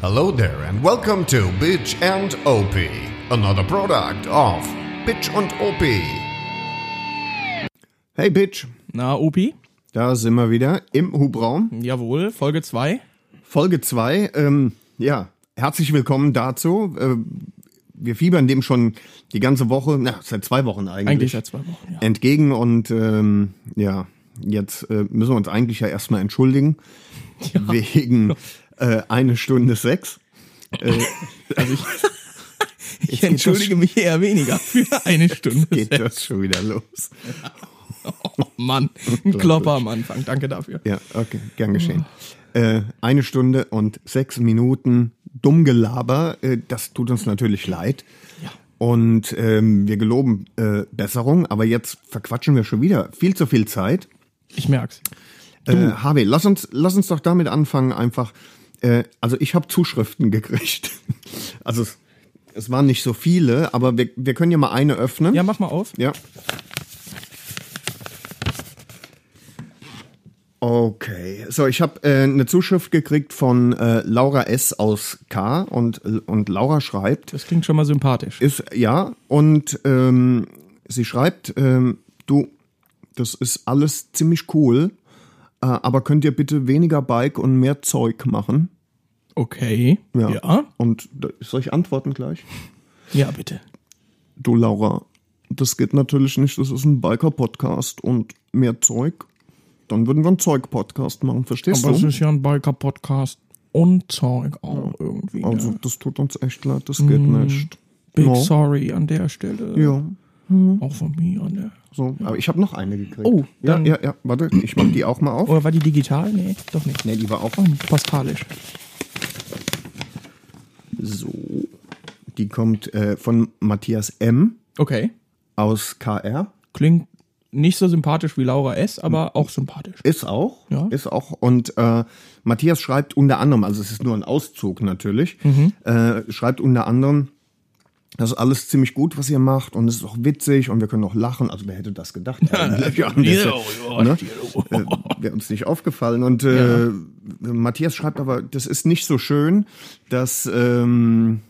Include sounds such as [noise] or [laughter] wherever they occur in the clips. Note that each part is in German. Hello there and welcome to Bitch and OP, another product of Bitch und OP. Hey Bitch, Na, Opi? da sind wir wieder im Hubraum. Jawohl, Folge 2. Folge 2. Ähm, ja, herzlich willkommen dazu. Ähm, wir fiebern dem schon die ganze Woche, na, seit zwei Wochen eigentlich, Eigentlich seit zwei Wochen, ja. entgegen. Und ähm, ja, jetzt äh, müssen wir uns eigentlich ja [laughs] erstmal entschuldigen wegen äh, eine Stunde sechs. Also äh, Ich entschuldige mich eher weniger [laughs] für eine Stunde. [laughs] Geht das schon wieder los? Oh Mann, ein Klopper am Anfang. Danke dafür. Ja, okay, gern geschehen. Äh, eine Stunde und sechs Minuten Dummgelaber, äh, das tut uns natürlich leid. Ja. Und ähm, wir geloben äh, Besserung, aber jetzt verquatschen wir schon wieder viel zu viel Zeit. Ich merk's. Äh, HW, lass uns, lass uns doch damit anfangen, einfach. Äh, also ich habe Zuschriften [laughs] gekriegt. Also es, es waren nicht so viele, aber wir, wir können ja mal eine öffnen. Ja, mach mal auf. Ja. Okay, so ich habe äh, eine Zuschrift gekriegt von äh, Laura S. aus K. Und, und Laura schreibt, Das klingt schon mal sympathisch. ist ja, und ähm, sie schreibt, ähm, du, das ist alles ziemlich cool, äh, aber könnt ihr bitte weniger Bike und mehr Zeug machen? Okay. Ja. Ja, Und da- soll ich antworten gleich? bitte. Du Laura, das geht natürlich nicht, das ist ein Biker-Podcast und mehr Zeug. Dann würden wir einen Zeug-Podcast machen, verstehst Aber es du? ist ja ein Biker-Podcast und Zeug auch irgendwie. ne? Also das tut uns echt leid, das geht nicht. Mm. Big Ja. sorry an der Stelle. Ja, Auch von mir. Ne? so. Aber ich habe noch eine gekriegt. Oh, ja, dann- ja, ja. Warte, ich mach die auch mal auf. Oder war die digital? Nee, doch nicht. Ne, die war auch Oh, postalisch. so. Die kommt äh, von Matthias M. Okay. aus KR. Klingt nicht so sympathisch wie Laura S., aber auch sympathisch. Ist auch. Ja. Ist auch. Und äh, Matthias schreibt unter anderem, also es ist nur ein Auszug natürlich, äh, schreibt unter anderem, das ist alles ziemlich gut, was ihr macht und es ist auch witzig und wir können auch lachen. Also wer hätte das [laughs] gedacht? ja, das ist ja- ne? Äh, Wäre uns nicht aufgefallen. Und äh, Matthias schreibt aber, das ist nicht so schön, dass, ähm,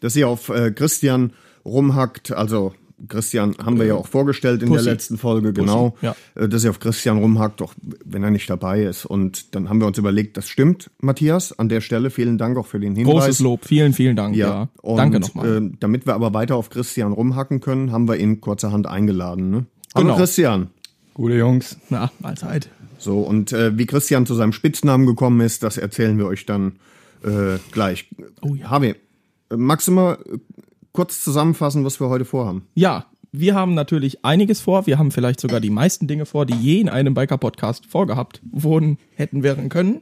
dass ihr auf äh, Christian rumhackt. Also Christian haben wir ja auch vorgestellt in Pussy. der letzten Folge, genau. ja. Äh, Dass ihr auf Christian rumhackt, auch wenn er nicht dabei ist. Und dann haben wir uns überlegt, das stimmt, Matthias. An der Stelle vielen Dank auch für den Hinweis. Großes Lob, vielen, vielen Dank. Ja, und, danke nochmal. ähm, damit wir aber weiter auf Christian rumhacken können, haben wir ihn kurzerhand eingeladen. Ne? Hallo Genau. Christian. Gute Jungs. Na, Mahlzeit. So, und äh, wie Christian zu seinem Spitznamen gekommen ist, das erzählen wir euch dann äh, gleich. Oh ja. Harvey, äh, magst du mal äh, kurz zusammenfassen, was wir heute vorhaben? Ja, wir haben natürlich einiges vor. Wir haben vielleicht sogar die meisten Dinge vor, die je in einem Biker-Podcast vorgehabt wurden, hätten, wären können.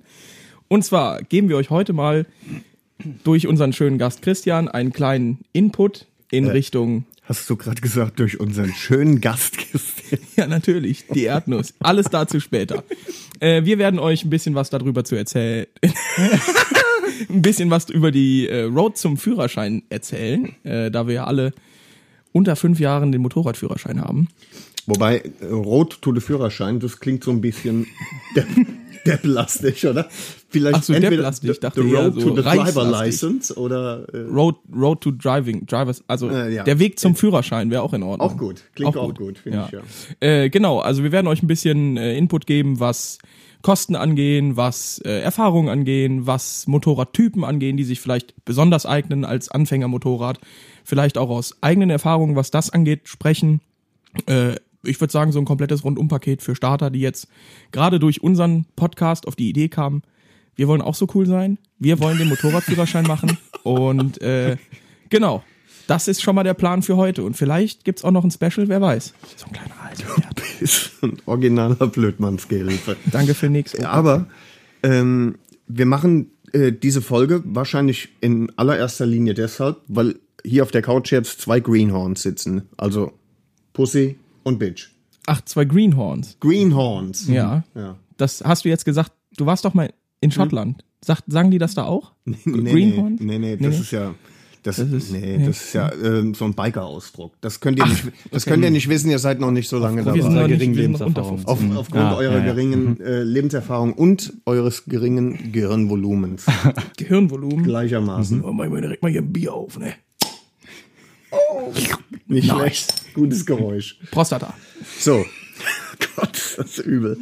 Und zwar geben wir euch heute mal durch unseren schönen Gast Christian einen kleinen Input in Richtung, Hast du gerade gesagt, durch unseren schönen Gast Christian. [laughs] ja natürlich, die Erdnuss. Alles dazu später. Äh, wir werden euch ein bisschen was darüber zu erzählen. [laughs] ein bisschen was über die äh, Road zum Führerschein erzählen, äh, da wir ja alle unter fünf Jahren den Motorradführerschein haben. Wobei, äh, Rot to the Führerschein, das klingt so ein bisschen [laughs] depp, depplastig, oder? Vielleicht Ach so, entweder depplastig, the- dachte The eher Road so to the Driver reichslastig. License [laughs] oder äh, [laughs] Road, Road to Driving, Drivers, also Äh, ja. der Weg zum Führerschein wäre auch in Ordnung. Auch gut, klingt auch gut, finde ich, Äh, genau, also wir werden euch ein bisschen äh, Input geben, was Kosten angehen, was äh, Erfahrungen angehen, was Motorradtypen angehen, die sich vielleicht besonders eignen als Anfängermotorrad, vielleicht auch aus eigenen Erfahrungen, was das angeht, sprechen. Äh, ich würde sagen, so ein komplettes Rundumpaket für Starter, die jetzt gerade durch unseren Podcast auf die Idee kamen, wir wollen auch so cool sein, wir wollen den Motorradführerschein machen und äh, genau, das ist schon mal der Plan für heute und vielleicht gibt's auch noch ein Special, wer weiß. So ein kleiner [laughs] Halswert. ist ein originaler Blödmannsgehilfe. Danke für nix. Opa. Aber ähm, wir machen äh, diese Folge wahrscheinlich in allererster Linie deshalb, weil hier auf der Couch jetzt zwei Greenhorns sitzen. Also Pussy und Bitch. Ach, zwei Greenhorns. Greenhorns. Ja. Ja. Das hast du jetzt gesagt, du Mhm. [laughs] warst doch mal in Schottland. Sagt, sagen die das da auch? Nee, nee, Greenhorns? Nee, nee, das Nee, nee. ist ja. Das, Das ist- nee, nee. das ist ja ähm, so ein Biker-Ausdruck. Das könnt ihr nicht, das könnt ihr nicht wissen, ihr seid noch nicht so lange Wir sind dabei. noch nicht, geringen wir sind noch unter Lebenserfahrung. 50. Auf, aufgrund Ah, eurer ja, ja. Mhm. geringen äh, Lebenserfahrung und eures [laughs] geringen Gehirnvolumens. Gehirnvolumen. Gleichermaßen. Oh, mach ich mir direkt mal hier ein Bier auf, ne? Nicht schlecht. Gutes Geräusch. Prostata. So. [laughs] Gott, das ist übel.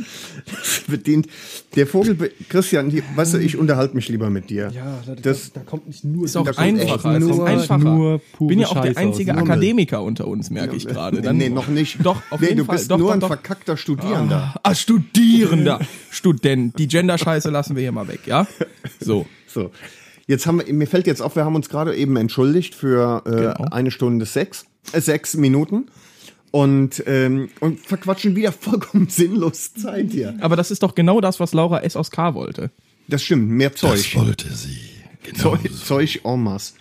Das bedient. Der Vogel, be- Christian, die, weißt du, ich unterhalte mich lieber mit dir. das, da kommt nicht nur Ist auch Das kommt echt einfacher. Ist auch nur- einfacher. nur pure Bin ja auch Scheiße der einzige aus. Nur Müll. Akademiker unter uns, merke ich gerade. nee, Dann- äh, nee, noch nicht. Doch, auf nee, jeden du Fall. bist Doch, nur doch, ein doch. verkackter Studierender. Ah, Studierender. Student. Die Genderscheiße lassen wir hier mal weg, ja? So. So. Jetzt haben wir, mir fällt jetzt auf, wir haben uns gerade eben entschuldigt für äh, Genau. eine Stunde sechs, äh, sechs Minuten und, ähm, und verquatschen wieder [laughs] vollkommen sinnlos Zeit hier. Aber das ist doch genau das, was Laura S. aus K. wollte. Das stimmt, mehr Zeug. wollte sie. Genau. [laughs] Zeug, Zeug en masse.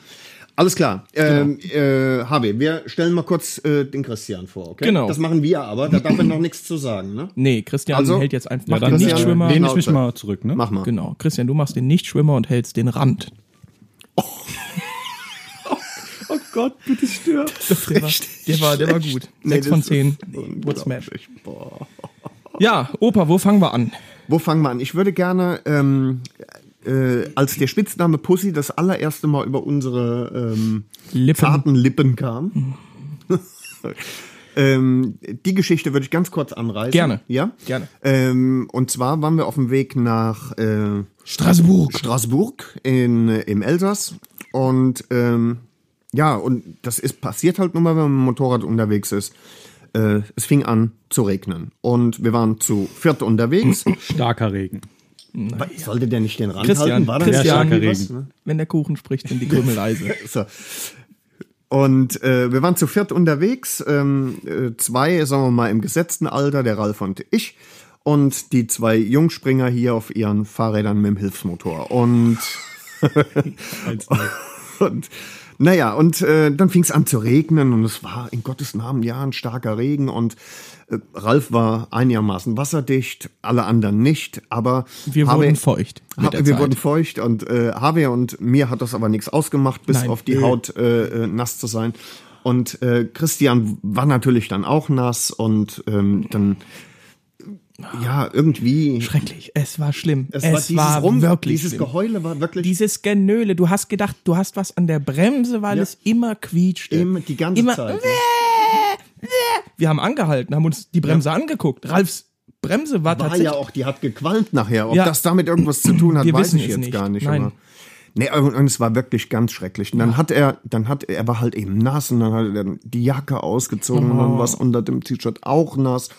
Alles klar. Genau. Ähm, äh, HB, wir stellen mal kurz äh, den Christian vor, okay? Genau. Das machen wir aber, da darf er noch nichts zu sagen, ne? Nee, Christian Also? hält jetzt einfach Ja, den dann äh, Christian, Nichtschwimmer. lehne ich Schnauze. mich mal zurück, ne? Mach mal. Genau, Christian, du machst den Nichtschwimmer und hältst den Rand. Oh Gott, bitte stirb. Doch, der, war, der, war, der war gut. Sechs von das zehn. What's smash. Ja, Opa, wo fangen wir an? Wo fangen wir an? Ich würde gerne, ähm, äh, als der Spitzname Pussy das allererste Mal über unsere ähm, Lippen. zarten Lippen [laughs] kam, ähm, die Geschichte würde ich ganz kurz anreißen. Gerne. Ja? Gerne. Ähm, und zwar waren wir auf dem Weg nach äh, Straßburg. Straßburg in, äh, im Elsass. Und ähm, ja, und das ist passiert halt nur mal, wenn man mit dem Motorrad unterwegs ist. Äh, es fing an zu regnen. Und wir waren zu viert unterwegs. Starker Regen. Was, Sollte der nicht den Rand Christian, halten? War da Christian. nicht irgendwie Ja, was, starker ne? Wenn der Kuchen spricht, sind die Krümel leise. So. Und äh, wir waren zu viert unterwegs, ähm, äh, zwei, sagen wir mal, im gesetzten Alter, der Ralf und ich, und die zwei Jungspringer hier auf ihren Fahrrädern mit dem Hilfsmotor. Und, [laughs] und naja, und äh, dann fing es an zu regnen und es war in Gottes Namen ja ein starker Regen und äh, Ralf war einigermaßen wasserdicht, alle anderen nicht, aber Wir habe- wurden feucht mit Hab, der wir Zeit. wurden feucht und äh, Harvey und mir hat das aber nichts ausgemacht, bis Nein. auf die Haut äh, äh, nass zu sein. Und äh, Christian war natürlich dann auch nass und ähm, dann ja irgendwie Schrecklich. Es war schlimm. Es, dieses war, Rum- wirklich dieses schlimm. Geheule war wirklich Dieses Genöle. Du hast gedacht, du hast was an der Bremse, weil Ja. es immer quietschte. Eben die ganze immer, Äh, Zeit. Wir haben angehalten, haben uns die Bremse angeguckt. Ralfs Bremse war, war tatsächlich... ja auch, die hat gequalmt nachher. Ob Ja. das damit irgendwas zu tun hat, Wir weiß wissen ich es jetzt nicht. gar nicht. Nein. aber- Nee, und und es war wirklich ganz schrecklich. Und dann hat er, dann hat er, er war halt eben nass und dann hat er dann die Jacke ausgezogen und dann war es unter dem T-Shirt auch nass.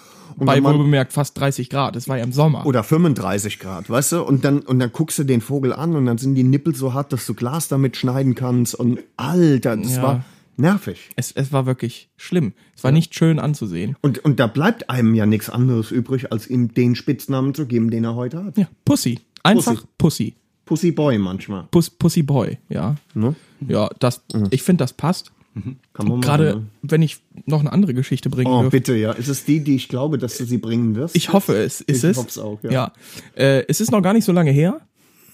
Oh. Und bei dann waren- wohlbemerkt fast 30 Grad. Es war ja im Sommer. oder 35 Grad, weißt du? Und dann, und dann guckst du den Vogel an und dann sind die Nippel so hart, dass du Glas damit schneiden kannst. Und alter, das Ja. war nervig. Es, es war wirklich schlimm. Es war nicht schön anzusehen. Und, und da bleibt einem ja nichts anderes übrig, als ihm den Spitznamen zu geben, den er heute hat. Ja, Pussy. Einfach Pussy. Pussy Boy manchmal. Puss, Pussy Boy, ja. Ne? Ja, das, Mhm. ich finde, das passt. Kann man Gerade Machen, ne? wenn ich noch eine andere Geschichte bringen Oh, dürfte. bitte, ja. Ist es die, die ich glaube, dass du sie bringen wirst? Ich hoffe es. Ist Ich es? hoff's auch, ja. Äh, es ist noch gar nicht so lange her.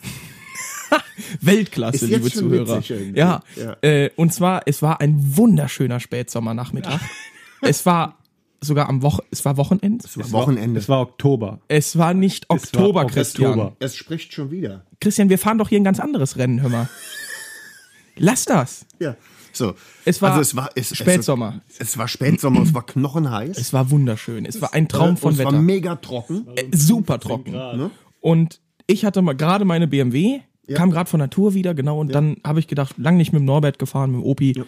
[laughs] Weltklasse, Ist jetzt liebe schon Zuhörer. witzig irgendwie. Ja. Ja. Äh, und zwar, es war ein wunderschöner Spätsommernachmittag. [laughs] es war sogar am Woche, es war Wochenende. Es war, Am Wochenende. Es war Oktober. nicht Es war Oktober, Oktober. Christian. Es spricht schon wieder. Christian, wir fahren doch hier ein ganz anderes Rennen, hör [laughs] mal. Lass das. Ja. So. Es war also es war es, Spätsommer. Es, es war Spätsommer, es war knochenheiß. Es war wunderschön. Es war ein Traum von Äh, und es war Wetter. mega trocken. Äh, super trocken. Und ich hatte mal gerade meine BMW, kam gerade von der Tour wieder, genau, und dann habe ich gedacht, lang nicht mit dem Norbert gefahren, mit dem Opi.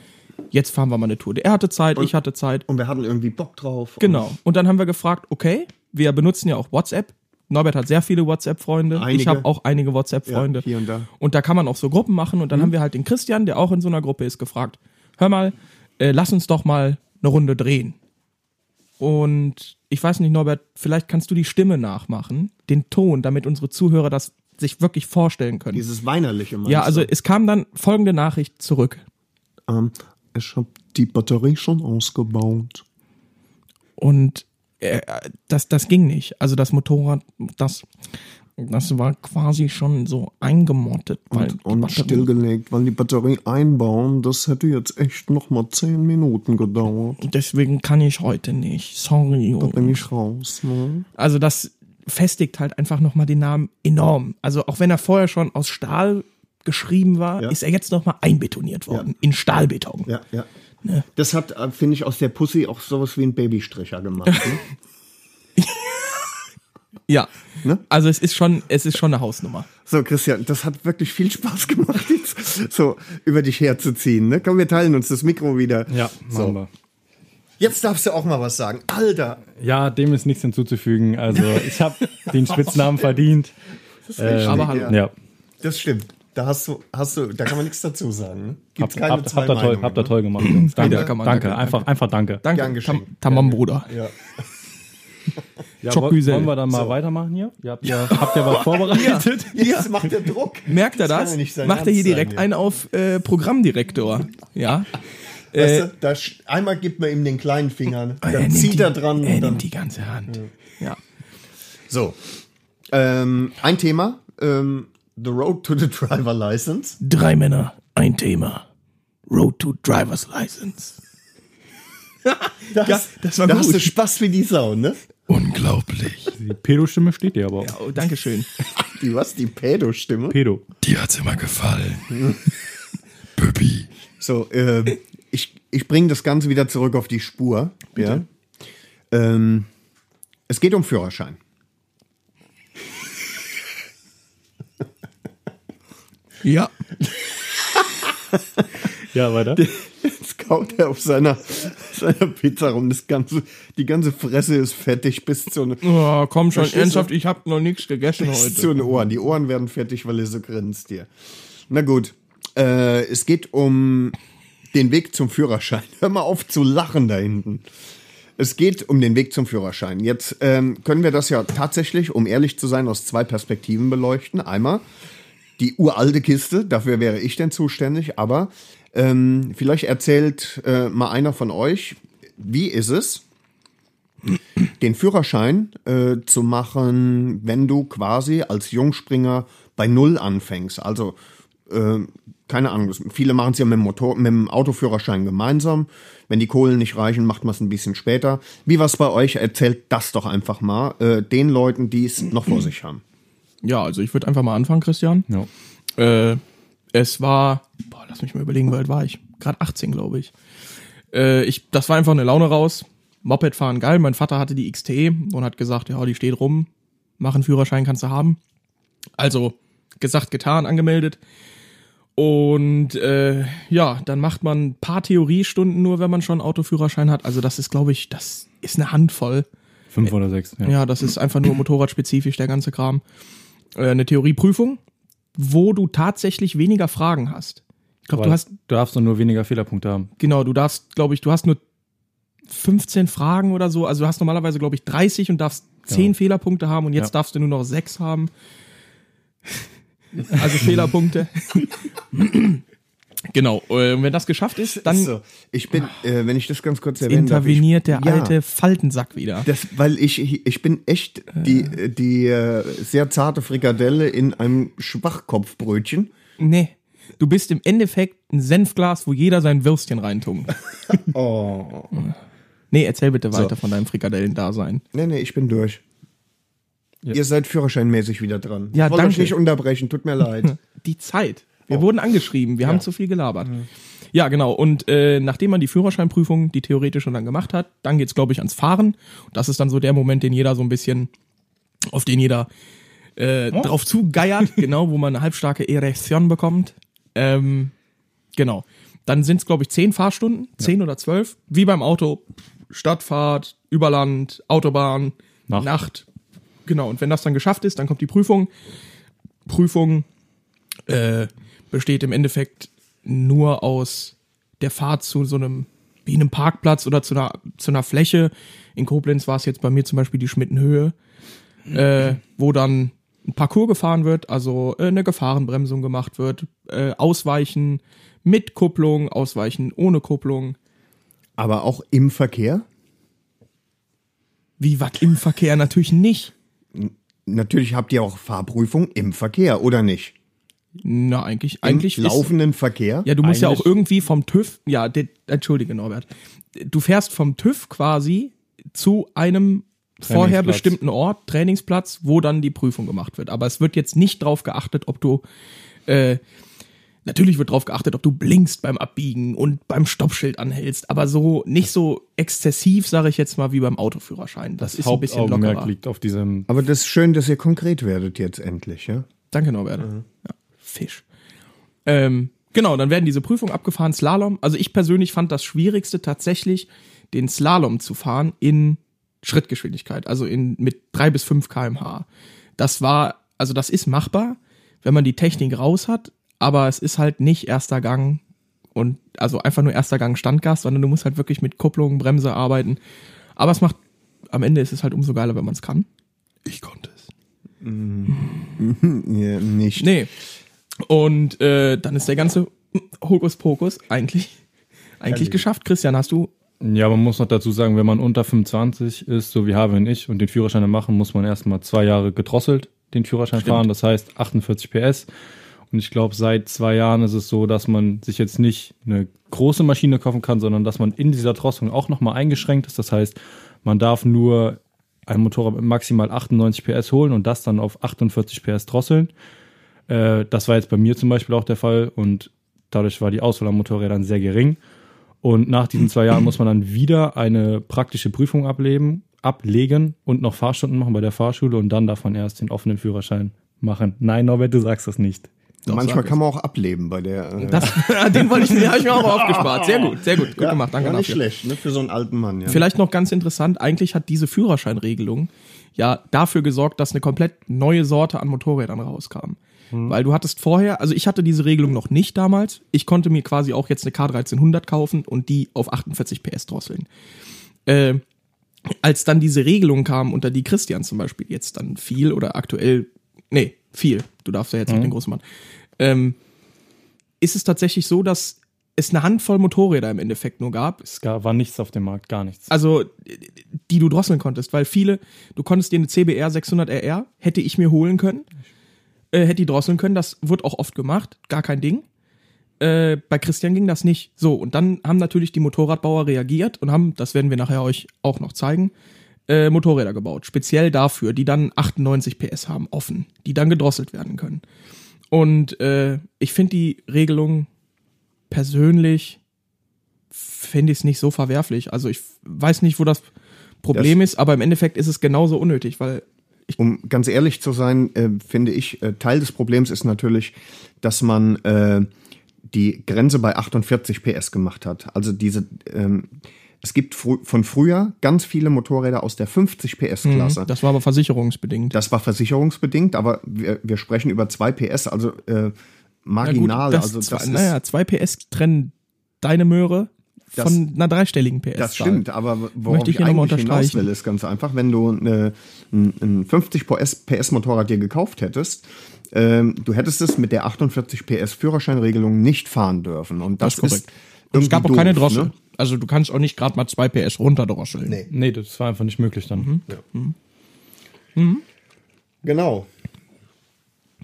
Jetzt fahren wir mal eine Tour. Er hatte Zeit, ich hatte Zeit. Und wir hatten irgendwie Bock drauf. Genau. Und dann haben wir gefragt, okay, wir benutzen ja auch WhatsApp. Norbert hat sehr viele WhatsApp-Freunde. Ich Einige. habe auch einige WhatsApp-Freunde. Ja, hier und da. Mhm. Und da kann man auch so Gruppen machen. Und dann haben wir halt den Christian, der auch in so einer Gruppe ist, gefragt, hör mal, äh, lass uns doch mal eine Runde drehen. Und ich weiß nicht, Norbert, vielleicht kannst du die Stimme nachmachen, den Ton, damit unsere Zuhörer das sich wirklich vorstellen können. Dieses weinerliche meinst ja, also du? es kam dann folgende Nachricht zurück. Ähm, ich habe die Batterie schon ausgebaut. Und äh, das, das ging nicht. Also das Motorrad, das Das war quasi schon so eingemottet. Weil Und, und stillgelegt, weil die Batterie einbauen, das hätte jetzt echt nochmal 10 Minuten gedauert. Deswegen kann ich heute nicht. Sorry. Jungs. Bin ich raus, ne? Also das festigt halt einfach nochmal den Namen enorm. Also auch wenn er vorher schon aus Stahl geschrieben war, Ja. ist er jetzt nochmal einbetoniert worden. In Stahlbeton. Ja, ja. Das hat, äh, finde ich, aus der Pussy auch sowas wie ein Babystricher gemacht. Ne? Ja. Ne? Also es ist schon, es ist schon eine Hausnummer. [laughs] So, Christian, das hat wirklich viel Spaß gemacht, jetzt so über dich herzuziehen. Ne? Komm, wir teilen uns das Mikro wieder. Ja, machen so. wir. Jetzt darfst du auch mal was sagen. Alter, Ja, dem ist nichts hinzuzufügen. Also ich [laughs] habe den Spitznamen verdient. Ähm, Aber hallo. Ja. Ja, hab- das stimmt. Da hast du, hast du, da kann man nichts dazu sagen. Ne? Gibt's hab- habt zwei ihr toll, Meinungen, ne? habt ihr toll gemacht. Jungs. Danke, Ja, kann man- danke, danke, einfach, einfach danke. Gern Danke, geschehen. Tam Tamam, Bruder. ne? Ja. Ja, Choc wo- Güzel. wollen wir dann mal weitermachen hier? Ihr habt ja, habt [laughs] ja was vorbereitet. Jetzt macht er Druck. Merkt er kann das? ja nicht sein Macht er hier Ernst sein, direkt ja. einen auf äh, Programmdirektor. Ja. Weißt du, da, sch- einmal gibt man ihm den kleinen Finger, ne? Äh, Oh, Ah, Er dann nimmt Äh. zieht die- er dran. Er und dann nimmt die ganze Hand. Ja. So. Ähm, ein Thema: ähm, The Road to the Driver License. Drei Männer, ein Thema. Road to Driver's License. [laughs] Das, das war da gut. hast du Spaß wie die Sau, ne? [laughs] Unglaublich. Die Pedo-Stimme steht dir aber auch. Oh, Dankeschön. Die was? Die Pädo-Stimme? Pedo. Dir hat's immer gefallen. [laughs] Püppi. So, [laughs] ähm, ich, ich bringe das Ganze wieder zurück auf die Spur. Ja. Ähm, es geht um Führerschein. Ja. Ja, [laughs] weiter. Jetzt kaut er auf seiner, [laughs] seiner Pizza rum. Das ganze, die ganze Fresse ist fettig bis zu, ne- Oh, komm schon, Verstehst du? ernsthaft, ich habe noch nichts gegessen bis heute. zu den Ohren. Die Ohren werden fettig, weil er so grinst hier. Na gut. Äh, es geht um den Weg zum Führerschein. [laughs] Hör mal auf zu lachen da hinten. Es geht um den Weg zum Führerschein. Jetzt ähm, können wir das ja tatsächlich, um ehrlich zu sein, aus zwei Perspektiven beleuchten. Einmal die uralte Kiste, dafür wäre ich denn zuständig, aber ähm, vielleicht erzählt äh, mal einer von euch, wie ist es, den Führerschein äh, zu machen, wenn du quasi als Jungspringer bei Null anfängst. Also, äh, keine Ahnung, das- viele machen es ja mit dem, Motor, mit dem Autoführerschein gemeinsam. Wenn die Kohlen nicht reichen, macht man es ein bisschen später. Wie war es bei euch? Erzählt das doch einfach mal äh, den Leuten, die es noch vor sich haben. Ja, also ich würde einfach mal anfangen, Christian. Ja. Äh, es war, boah, lass mich mal überlegen, wie alt war ich? Gerade 18, glaube ich. Äh, ich. Das war einfach eine Laune raus. Moped fahren geil. Mein Vater hatte die XT und hat gesagt, ja, die steht rum. Mach einen Führerschein, kannst du haben. Also gesagt, getan, angemeldet. Und äh, ja, dann macht man ein paar Theoriestunden nur, wenn man schon einen Autoführerschein hat. Also das ist, glaube ich, das ist eine Handvoll. Fünf oder sechs. Ja. Ja, das ist einfach nur motorradspezifisch, der ganze Kram. Äh, eine Theorieprüfung, wo du tatsächlich weniger Fragen hast. Ich glaube, Weil du hast, darfst du nur weniger Fehlerpunkte haben. genau, du darfst, glaube ich, du hast nur 15 Fragen oder so. Also du hast normalerweise, glaube ich, 30 und darfst 10 Genau. Fehlerpunkte haben und jetzt Ja. darfst du nur noch 6 haben. Also Fehlerpunkte. [laughs] genau. äh, Und wenn das geschafft ist, dann so, ich bin, äh, wenn ich das ganz kurz erwähnen darf, ich- interveniert der Ja. alte Faltensack wieder. Das, weil ich, ich bin echt die, die äh, sehr zarte Frikadelle in einem Schwachkopfbrötchen. Nee. Du bist im Endeffekt ein Senfglas, wo jeder sein Würstchen reintunkt. Oh. Nee, erzähl bitte weiter von deinem Frikadellendasein. Nee, nee, ich bin durch. Ja. Ihr seid führerscheinmäßig wieder dran. Ja, ich wollte euch danke. nicht unterbrechen, tut [laughs] mir leid. Die Zeit. Wir wurden angeschrieben, wir haben zu viel gelabert. Ja, genau. Und äh, nachdem man die Führerscheinprüfung, die theoretische dann gemacht hat, dann geht's, glaube ich, ans Fahren. Das ist dann so der Moment, den jeder so ein bisschen, auf den jeder äh, drauf zugeiert, genau, wo man eine halbstarke Erektion bekommt. Ähm, genau. Dann sind's, glaube ich, zehn Fahrstunden, zehn oder zwölf, wie beim Auto. Stadtfahrt, Überland, Autobahn, Nacht. Nacht. Genau, und wenn das dann geschafft ist, dann kommt die Prüfung. Prüfung äh, besteht im Endeffekt nur aus der Fahrt zu so einem, wie einem Parkplatz oder zu einer, zu einer Fläche. In Koblenz war es jetzt bei mir zum Beispiel die Schmittenhöhe, äh, wo dann ein Parcours gefahren wird, also äh, eine Gefahrenbremsung gemacht wird, äh, Ausweichen mit Kupplung, Ausweichen ohne Kupplung. Aber auch im Verkehr? Wie was im Verkehr natürlich nicht. natürlich habt ihr auch Fahrprüfung im Verkehr, oder nicht? Na, eigentlich, Im eigentlich. ist- laufenden Verkehr? Ja, du musst ja auch ne? Eigentlich- irgendwie vom TÜV, ja, de, entschuldige Norbert, du fährst vom TÜV quasi zu einem vorher Trainingsplatz. bestimmten Ort, Trainingsplatz, wo dann die Prüfung gemacht wird. Aber es wird jetzt nicht drauf geachtet, ob du, äh, natürlich wird drauf geachtet, ob du blinkst beim Abbiegen und beim Stoppschild anhältst, aber so, nicht so exzessiv, sage ich jetzt mal, wie beim Autoführerschein. Das, ist ein bisschen Hauptaugenmerk lockerer. liegt auf diesem. Aber das ist schön, dass ihr konkret werdet jetzt endlich, ja? Danke, Norbert. Mhm. Ja, Fisch. Ähm, genau, dann werden diese Prüfungen abgefahren, Slalom. Also ich persönlich fand das Schwierigste tatsächlich, den Slalom zu fahren in Schrittgeschwindigkeit, also in, mit drei bis fünf kmh. Das war, also das ist machbar, wenn man die Technik raus hat, aber es ist halt nicht erster Gang und also einfach nur erster Gang Standgas, sondern du musst halt wirklich mit Kupplung, Bremse arbeiten. Aber es macht, am Ende ist es halt umso geiler, wenn man es kann. Ich konnte es. ja nicht. Nee. Und äh, dann ist der ganze Hokuspokus eigentlich, eigentlich geschafft. Christian, hast du. Ja, man muss noch dazu sagen, wenn man unter 25 ist, so wie Harvey und ich, und den Führerschein dann machen, muss man erstmal zwei Jahre gedrosselt den Führerschein fahren. Das heißt 48 PS. Und ich glaube, seit zwei Jahren ist es so, dass man sich jetzt nicht eine große Maschine kaufen kann, sondern dass man in dieser Drosselung auch nochmal eingeschränkt ist. Das heißt, man darf nur ein Motorrad mit maximal 98 PS holen und das dann auf 48 PS drosseln. Äh, das war jetzt bei mir zum Beispiel auch der Fall und dadurch war die Auswahl an Motorrädern sehr gering. Und nach diesen zwei Jahren muss man dann wieder eine praktische Prüfung ableben, ablegen und noch Fahrstunden machen bei der Fahrschule und dann darf man erst den offenen Führerschein machen. Nein, Norbert, du sagst das nicht. Manchmal sag kann man auch ableben bei der. Äh, [laughs] Das, den wollte ich mir, habe ich mir auch mal aufgespart. Sehr gut, sehr gut. Gut gemacht, danke ja, nicht dafür. schlecht, ne? Für so einen alten Mann, ja. Vielleicht noch ganz interessant, eigentlich hat diese Führerscheinregelung ja dafür gesorgt, dass eine komplett neue Sorte an Motorrädern rauskam. Weil du hattest vorher, also ich hatte diese Regelung noch nicht damals. Ich konnte mir quasi auch jetzt eine K1300 kaufen und die auf 48 PS drosseln. Äh, als dann diese Regelung kam, unter die Christian zum Beispiel jetzt dann viel oder aktuell, nee, viel, du darfst ja jetzt nicht den großen Mann, ähm, ist es tatsächlich so, dass es eine Handvoll Motorräder im Endeffekt nur gab. Es gab, war nichts auf dem Markt, gar nichts. Also, die du drosseln konntest, weil viele, du konntest dir eine CBR 600 RR, hätte ich mir holen können, äh, hätte die drosseln können, das wird auch oft gemacht, gar kein Ding. Äh, bei Christian ging das nicht. So, und dann haben natürlich die Motorradbauer reagiert und haben, das werden wir nachher euch auch noch zeigen, äh, Motorräder gebaut, speziell dafür, die dann 98 PS haben, offen, die dann gedrosselt werden können. Und äh, ich finde die Regelung persönlich finde ich es nicht so verwerflich. Also ich f- weiß nicht, wo das Problem ist, aber im Endeffekt ist es genauso unnötig, weil um ganz ehrlich zu sein, äh, finde ich, äh, Teil des Problems ist natürlich, dass man äh, die Grenze bei 48 PS gemacht hat. Also diese, ähm, es gibt frü von früher ganz viele Motorräder aus der 50 PS-Klasse. mhm, das war aber versicherungsbedingt. Das war versicherungsbedingt, aber wir, wir sprechen über 2 PS, also äh, Na gut, marginal. das also das, zwei, ist, naja, zwei PS trennen deine Möhre Das- von einer dreistelligen PS. das stimmt, aber worauf Möchte ich ich, hier nochmal eigentlich hinaus unterstreichen. will, ist ganz einfach, wenn du eine, ein, ein 50 PS, PS Motorrad dir gekauft hättest, ähm, du hättest es mit der 48 PS Führerscheinregelung nicht fahren dürfen. Und das, Das ist korrekt. ist Und es gab auch irgendwie keine doof, Drossel. ne? Also du kannst auch nicht gerade mal zwei PS runterdrosseln. Nee. nee, das war einfach nicht möglich dann. Mhm. Genau.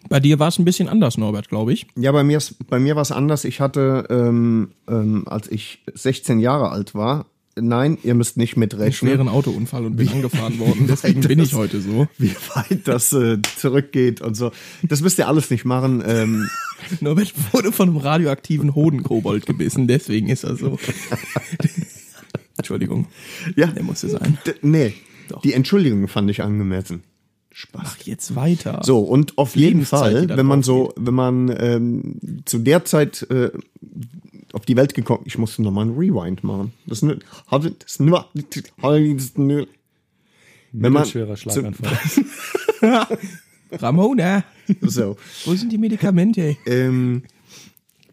Bei dir war es ein bisschen anders, Norbert, glaube ich. Ja, bei mir, ist- bei mir war es anders. Ich hatte, ähm, ähm, als ich 16 Jahre alt war, nein, ihr müsst nicht Einen mitrechnen. schweren Autounfall und bin angefahren [laughs] worden. Deswegen bin ich heute so. wie weit das äh, zurückgeht und so. Das müsst ihr alles nicht machen. Ähm, Norbert wurde von einem radioaktiven Hodenkobold gebissen, deswegen ist er [laughs] so. Entschuldigung. ja, Der musste sein. d- nee, Doch. die Entschuldigung fand ich angemessen. Spaß. Jetzt weiter. So, und auf jeden Lebenszeit, die Fall, da wenn man drauf so, wenn man ähm, zu der Zeit äh, auf die Welt gekommen, ich musste nochmal einen Rewind machen. Das ist nur, hatte- das ist nur, das ist nur- wenn man, Schwerer zu, Schlaganfall. Ramona, [laughs] so, wo sind die Medikamente? ähm,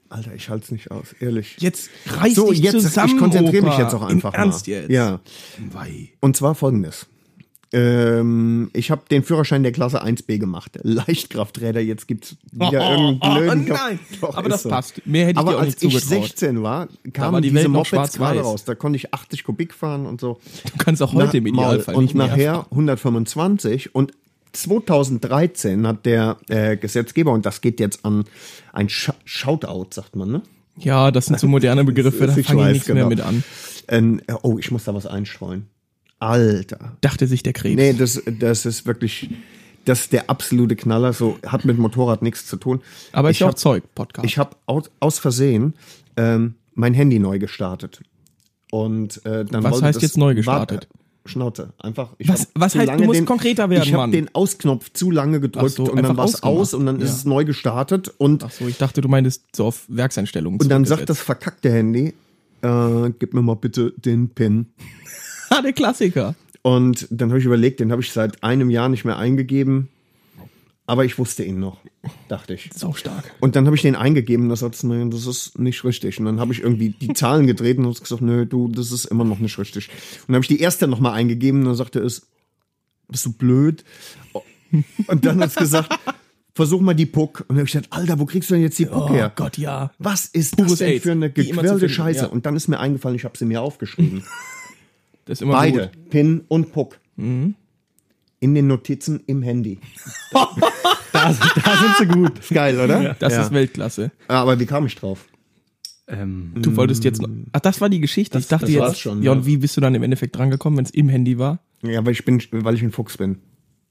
Alter, ich halt's nicht aus, ehrlich. Jetzt reiß so, dich jetzt, zusammen, ich konzentriere mich Opa. jetzt auch einfach Im Ernst mal. jetzt? Ja. Wei. Und zwar folgendes. Ähm, ich habe den Führerschein der Klasse 1b gemacht. [laughs] Leichtkrafträder, jetzt gibt's wieder Oh, irgendeinen oh, oh, blöden Kopf. nein. Doch, Aber ist das passt. Mehr hätte ich Aber dir auch als nicht ich zugetraut. 16 war, kamen war die die diese Welt noch Mopeds gerade schwarz-weiß. raus. Da konnte ich 80 Kubik fahren und so. Du kannst auch heute im Na, Maul. Idealfall Und nicht mehr nachher 125 und 2013 hat der äh, Gesetzgeber, und das geht jetzt an ein Sh Shoutout, sagt man, ne? Ja, das sind so [laughs] moderne Begriffe, da Ich fange ich weiß, nichts mehr genau. mit an. Ähm, äh, oh, ich muss da was einstreuen. Alter. Dachte sich der Krebs. Nee, das, das ist wirklich, das ist der absolute Knaller. So hat mit Motorrad nichts zu tun. Aber ist ich ja auch hab- Zeug, Podcast. Ich habe aus, aus Versehen ähm, mein Handy neu gestartet. Und äh, dann Was wollte heißt das- jetzt neu gestartet? Warte, Schnauze, einfach. Ich Was- hab was zu heißt, du lange musst konkreter werden, Ich habe Mann. den Ausknopf zu lange gedrückt so, und dann einfach war es aus ausgemacht. und dann ist Ja. es neu gestartet und Ach so, ich dachte, du meintest so auf Werkseinstellungen. und dann sagt das verkackte Handy, äh, gib mir mal bitte den PIN. [laughs] Ah, der Klassiker. Und dann habe ich überlegt, den habe ich seit einem Jahr nicht mehr eingegeben. Aber ich wusste ihn noch, dachte ich. Sau stark. Und dann habe ich den eingegeben, das hat nein, das ist nicht richtig. Und dann habe ich irgendwie die Zahlen gedreht und habe gesagt, nö, du, das ist immer noch nicht richtig. Und dann habe ich die erste nochmal eingegeben und dann sagte es, bist du blöd? Und dann hat es gesagt, versuch mal die Puck. Und dann habe ich gesagt, Alter, wo kriegst du denn jetzt die Puck Oh her? Gott, ja. Was ist Pures das denn Aids, für eine die immer zu gequirlte finden, Scheiße? ja. Und dann ist mir eingefallen, ich habe sie mir aufgeschrieben. Das ist immer Beide, gut. Pin und Puck. In den Notizen im Handy. Da sind sie gut. Ist geil, oder? Das Ja. Ah, ist Weltklasse. Aber wie kam ich drauf? Ähm, Du wolltest jetzt noch. Ach, das war die Geschichte. ich dachte Mm. das war's jetzt. schon, ja, ja. und wie bist du dann im Endeffekt drangekommen, wenn es im Handy war? Ja, weil ich bin, weil ich ein Fuchs bin.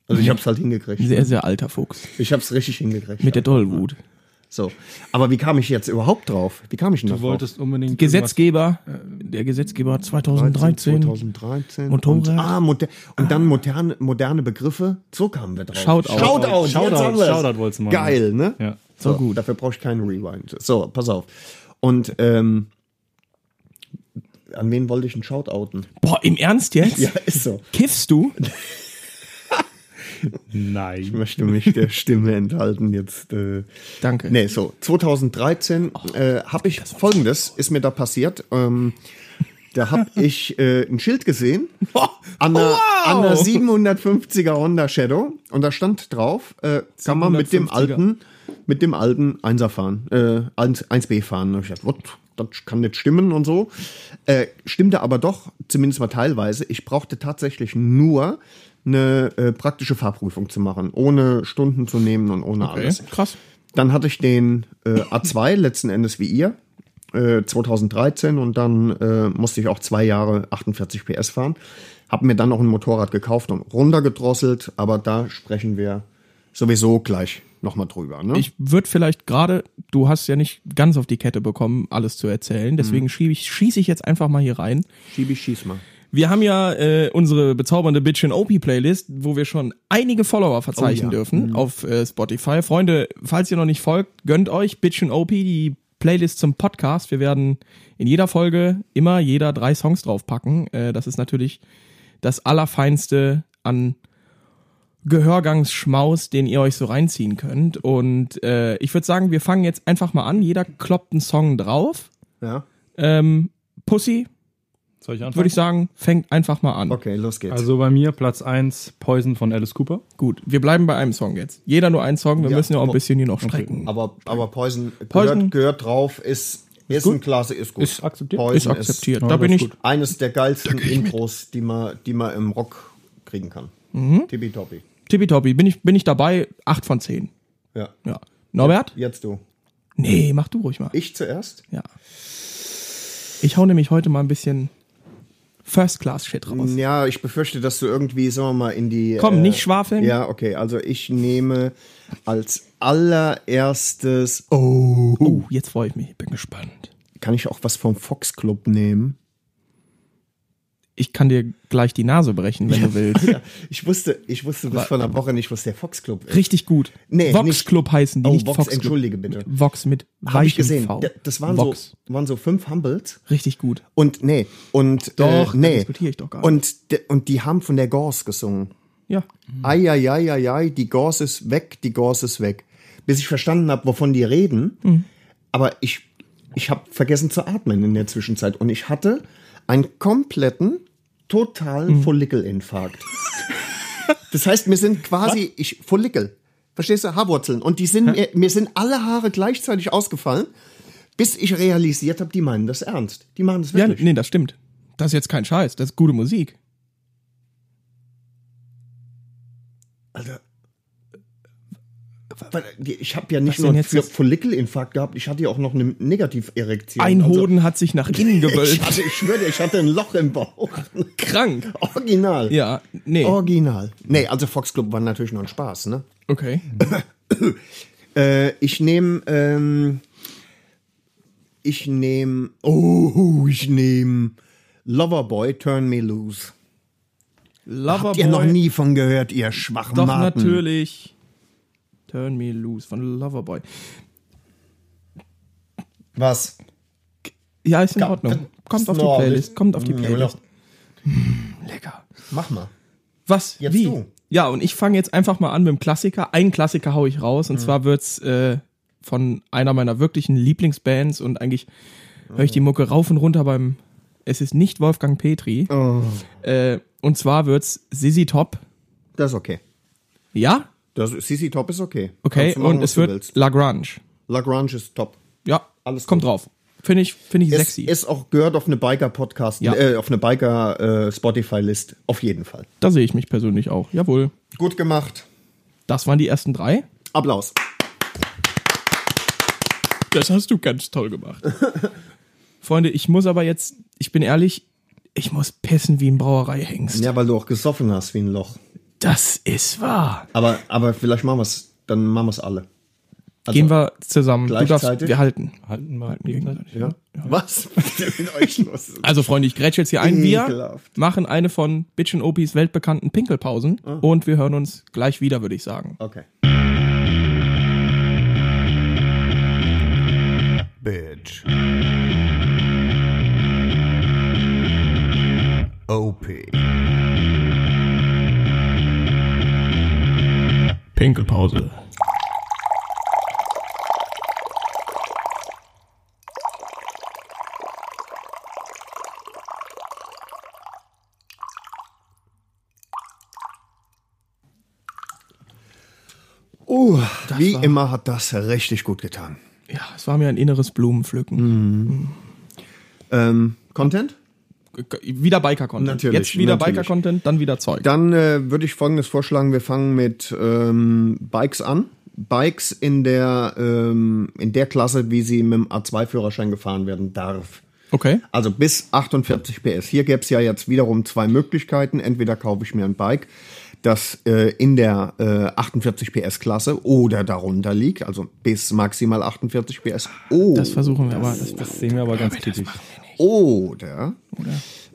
Also ich hab's halt hingekriegt. Ein sehr, sehr alter Fuchs. Ich hab's richtig hingekriegt. Mit der Dollwut. so. Aber wie kam ich jetzt überhaupt drauf? Wie kam ich denn du drauf? wolltest unbedingt. Gesetzgeber. Der Gesetzgeber hat 2013. 2013. Motorrad. Und, ah, moder und dann moderne, moderne Begriffe. So kamen wir drauf. Shoutout. Shoutout. jetzt Shoutout, haben wir's. Shoutout wolltest du machen. Geil, ne? Ja. So, gut. Dafür brauche ich keinen Rewind. So, pass auf. Und ähm, an wen wollte ich einen Shoutouten? [laughs] Boah, im Ernst jetzt? Ja, ist so. Kiffst du? Ich Nein. möchte mich der Stimme enthalten jetzt. Äh, Danke. Nee, so 2013 äh, habe ich Folgendes ist mir da passiert. Ähm, da habe [laughs] ich äh, ein Schild gesehen Oh, an einer, an einer 750er Honda Shadow und da stand drauf, äh, kann man mit dem 750er. alten mit dem alten 1er fahren, äh, 1, 1B fahren. Da hab ich gedacht, what? Das kann nicht stimmen und so. Äh, stimmte aber doch, zumindest mal teilweise. Ich brauchte tatsächlich nur eine äh, praktische Fahrprüfung zu machen, ohne Stunden zu nehmen und ohne Okay. alles. Krass. Dann hatte ich den äh, A2 letzten Endes wie ihr, äh, 2013 und dann äh, musste ich auch zwei Jahre 48 PS fahren. Hab mir dann noch ein Motorrad gekauft und runtergedrosselt, aber da sprechen wir sowieso gleich nochmal drüber. Ne? Ich würde vielleicht gerade, du hast ja nicht ganz auf die Kette bekommen, alles zu erzählen. Mhm. Deswegen schiebe ich, schieße ich jetzt einfach mal hier rein. schiebe, schieß mal. Wir haben ja äh, unsere bezaubernde Bitchin OP Playlist, wo wir schon einige Follower verzeichnen Oh ja. dürfen auf äh, Spotify. Freunde, falls ihr noch nicht folgt, gönnt euch Bitchin OP die Playlist zum Podcast. Wir werden in jeder Folge immer jeder drei Songs draufpacken. Äh, das ist natürlich das Allerfeinste an Gehörgangsschmaus, den ihr euch so reinziehen könnt. Und äh, ich würde sagen, wir fangen jetzt einfach mal an. Jeder kloppt einen Song drauf. Ja, Ähm, Pussy, Soll ich anfangen? würde ich sagen, fängt einfach mal an. okay, los geht's. Also bei mir Platz 1 Poison von Alice Cooper. Gut, wir bleiben bei einem Song jetzt. Jeder nur einen Song, wir Ja. müssen ja auch ein Oh. bisschen hier noch strecken. aber, aber Poison, Poison- Gehört, gehört drauf, ist, ist ein Klasse, ist gut. Ist akzeptiert? Poison Ist akzeptiert. Ja, da das bin ist ich. gut. eines der geilsten Intros, die man, die man im Rock kriegen kann. Tippitoppi. Tippitoppi, bin ich, bin ich dabei. Acht von zehn. Ja. Ja. Norbert? Jetzt du. Nee, mach du ruhig mal. Ich zuerst? Ja. Ich hau nämlich heute mal ein bisschen First-Class-Shit raus. Ja, ich befürchte, dass du irgendwie, sagen wir mal, in die. äh, Komm, nicht schwafeln. Ja, okay. Also ich nehme als allererstes. Oh, Oh, jetzt freue ich mich. Bin gespannt. kann ich auch was vom Fox Club nehmen? Ich kann dir gleich die Nase brechen, wenn du [laughs] willst. Ich wusste, ich wusste bis vor einer Woche nicht, was der Fox Club ist. Richtig gut. Nee, Vox nicht- Club heißen die, Oh, nicht Vox, Fox Club. entschuldige bitte. Vox mit Habe ich weichem gesehen. V. Da- Das waren Vox. so, waren so fünf Humbles. Richtig gut. Und nee, und Doch, äh, da nee. diskutiere ich doch gar nicht. Und, de- und die haben von der Gorse gesungen. Ja. Mhm. Eieieiei, die Gorse ist weg, die Gorse ist weg. Bis ich verstanden habe, wovon die reden. Aber ich, ich habe vergessen zu atmen in der Zwischenzeit. Und ich hatte einen kompletten, totalen Follikelinfarkt. das heißt, mir sind quasi, ich, Follikel, verstehst du, Haarwurzeln. Und die sind, mir, mir sind alle Haare gleichzeitig ausgefallen, bis ich realisiert habe, die meinen das ernst. Die machen das Ja, wirklich. nee, das stimmt. Das ist jetzt kein Scheiß, das ist gute Musik. Alter, weil ich habe ja Was nicht nur denn einen jetzt ist- Follikelinfarkt gehabt, ich hatte ja auch noch eine Negativerektion. Ein Also, Hoden hat sich nach innen gewölbt. [laughs] Ich, hatte, ich schwöre dir, ich hatte ein Loch [laughs] im Bauch. Krank. Original. Ja, nee. Oh. Original. Nee, also Fox Club war natürlich noch ein Spaß, ne? Okay. Äh, ich nehme, ähm, ich nehme, oh, ich nehme Loverboy, Turn Me Loose. Loverboy. Habt ihr noch nie von gehört, ihr Doch, Schwachmaten? natürlich. Turn Me Loose von Loverboy. Was? Ja, ist in Ka- Ordnung. Kommt auf die Norwich. Playlist. Kommt auf die Mm, Playlist. genau. Lecker. Mach mal. Was? Jetzt Wie? du. Ja, und ich fange jetzt einfach mal an mit dem Klassiker. Einen Klassiker hau ich raus. Mhm. Und zwar wird's äh, von einer meiner wirklichen Lieblingsbands und eigentlich höre ich Mhm. die Mucke rauf und runter beim. Es ist nicht Wolfgang Petri. Oh. Äh, und zwar wird's Sissy Top. Das ist okay. Ja? Das ist, CC Top ist okay. Okay. Kannst du machen, und was es du wird willst. Lagrange. Lagrange ist top. Ja, Alles kommt gut. drauf. Finde ich, finde ich Ist, sexy. ist auch gehört auf eine Biker-Podcast, Ja. äh, auf eine Biker-Spotify-List. auf jeden Fall. da sehe ich mich persönlich auch. Jawohl. Gut gemacht. Das waren die ersten drei. Applaus. Das hast du ganz toll gemacht. [laughs] Freunde, ich muss aber jetzt, ich bin ehrlich, ich muss pissen wie ein Brauereihengst. Ja, weil du auch gesoffen hast wie ein Loch. Das ist wahr. Aber, aber vielleicht machen wir es, dann machen wir es alle. Also, Gehen wir zusammen. Du darfst, gleichzeitig? wir halten. Halten wir halten gegenseitig. Ja? Was? [laughs] Was ist denn mit euch los? Also Freunde, ich grätsch jetzt hier ein. Wir Ekelhaft. Ah. machen eine von Bitch und Opis weltbekannten Pinkelpausen und wir hören uns gleich wieder, würde ich sagen. Okay. Bitch. OP. Pinkelpause. Uh, wie immer hat das richtig gut getan. Ja, es war mir ein inneres Blumenpflücken. Mhm. Ähm, Content? Wieder Biker-Content. Natürlich, Jetzt wieder natürlich. Biker-Content, dann wieder Zeug. Dann äh, würde ich folgendes vorschlagen: Wir fangen mit ähm, Bikes an. Bikes in der, ähm, in der Klasse, wie sie mit dem A2-Führerschein gefahren werden darf. okay. Also bis 48 PS. Hier gäbe es ja jetzt wiederum zwei Möglichkeiten. Entweder kaufe ich mir ein Bike, das äh, in der äh, 48 PS Klasse oder darunter liegt, also bis maximal 48 PS. Oh, Das versuchen wir aber. Das Das sehen wir aber ganz kritisch. oder,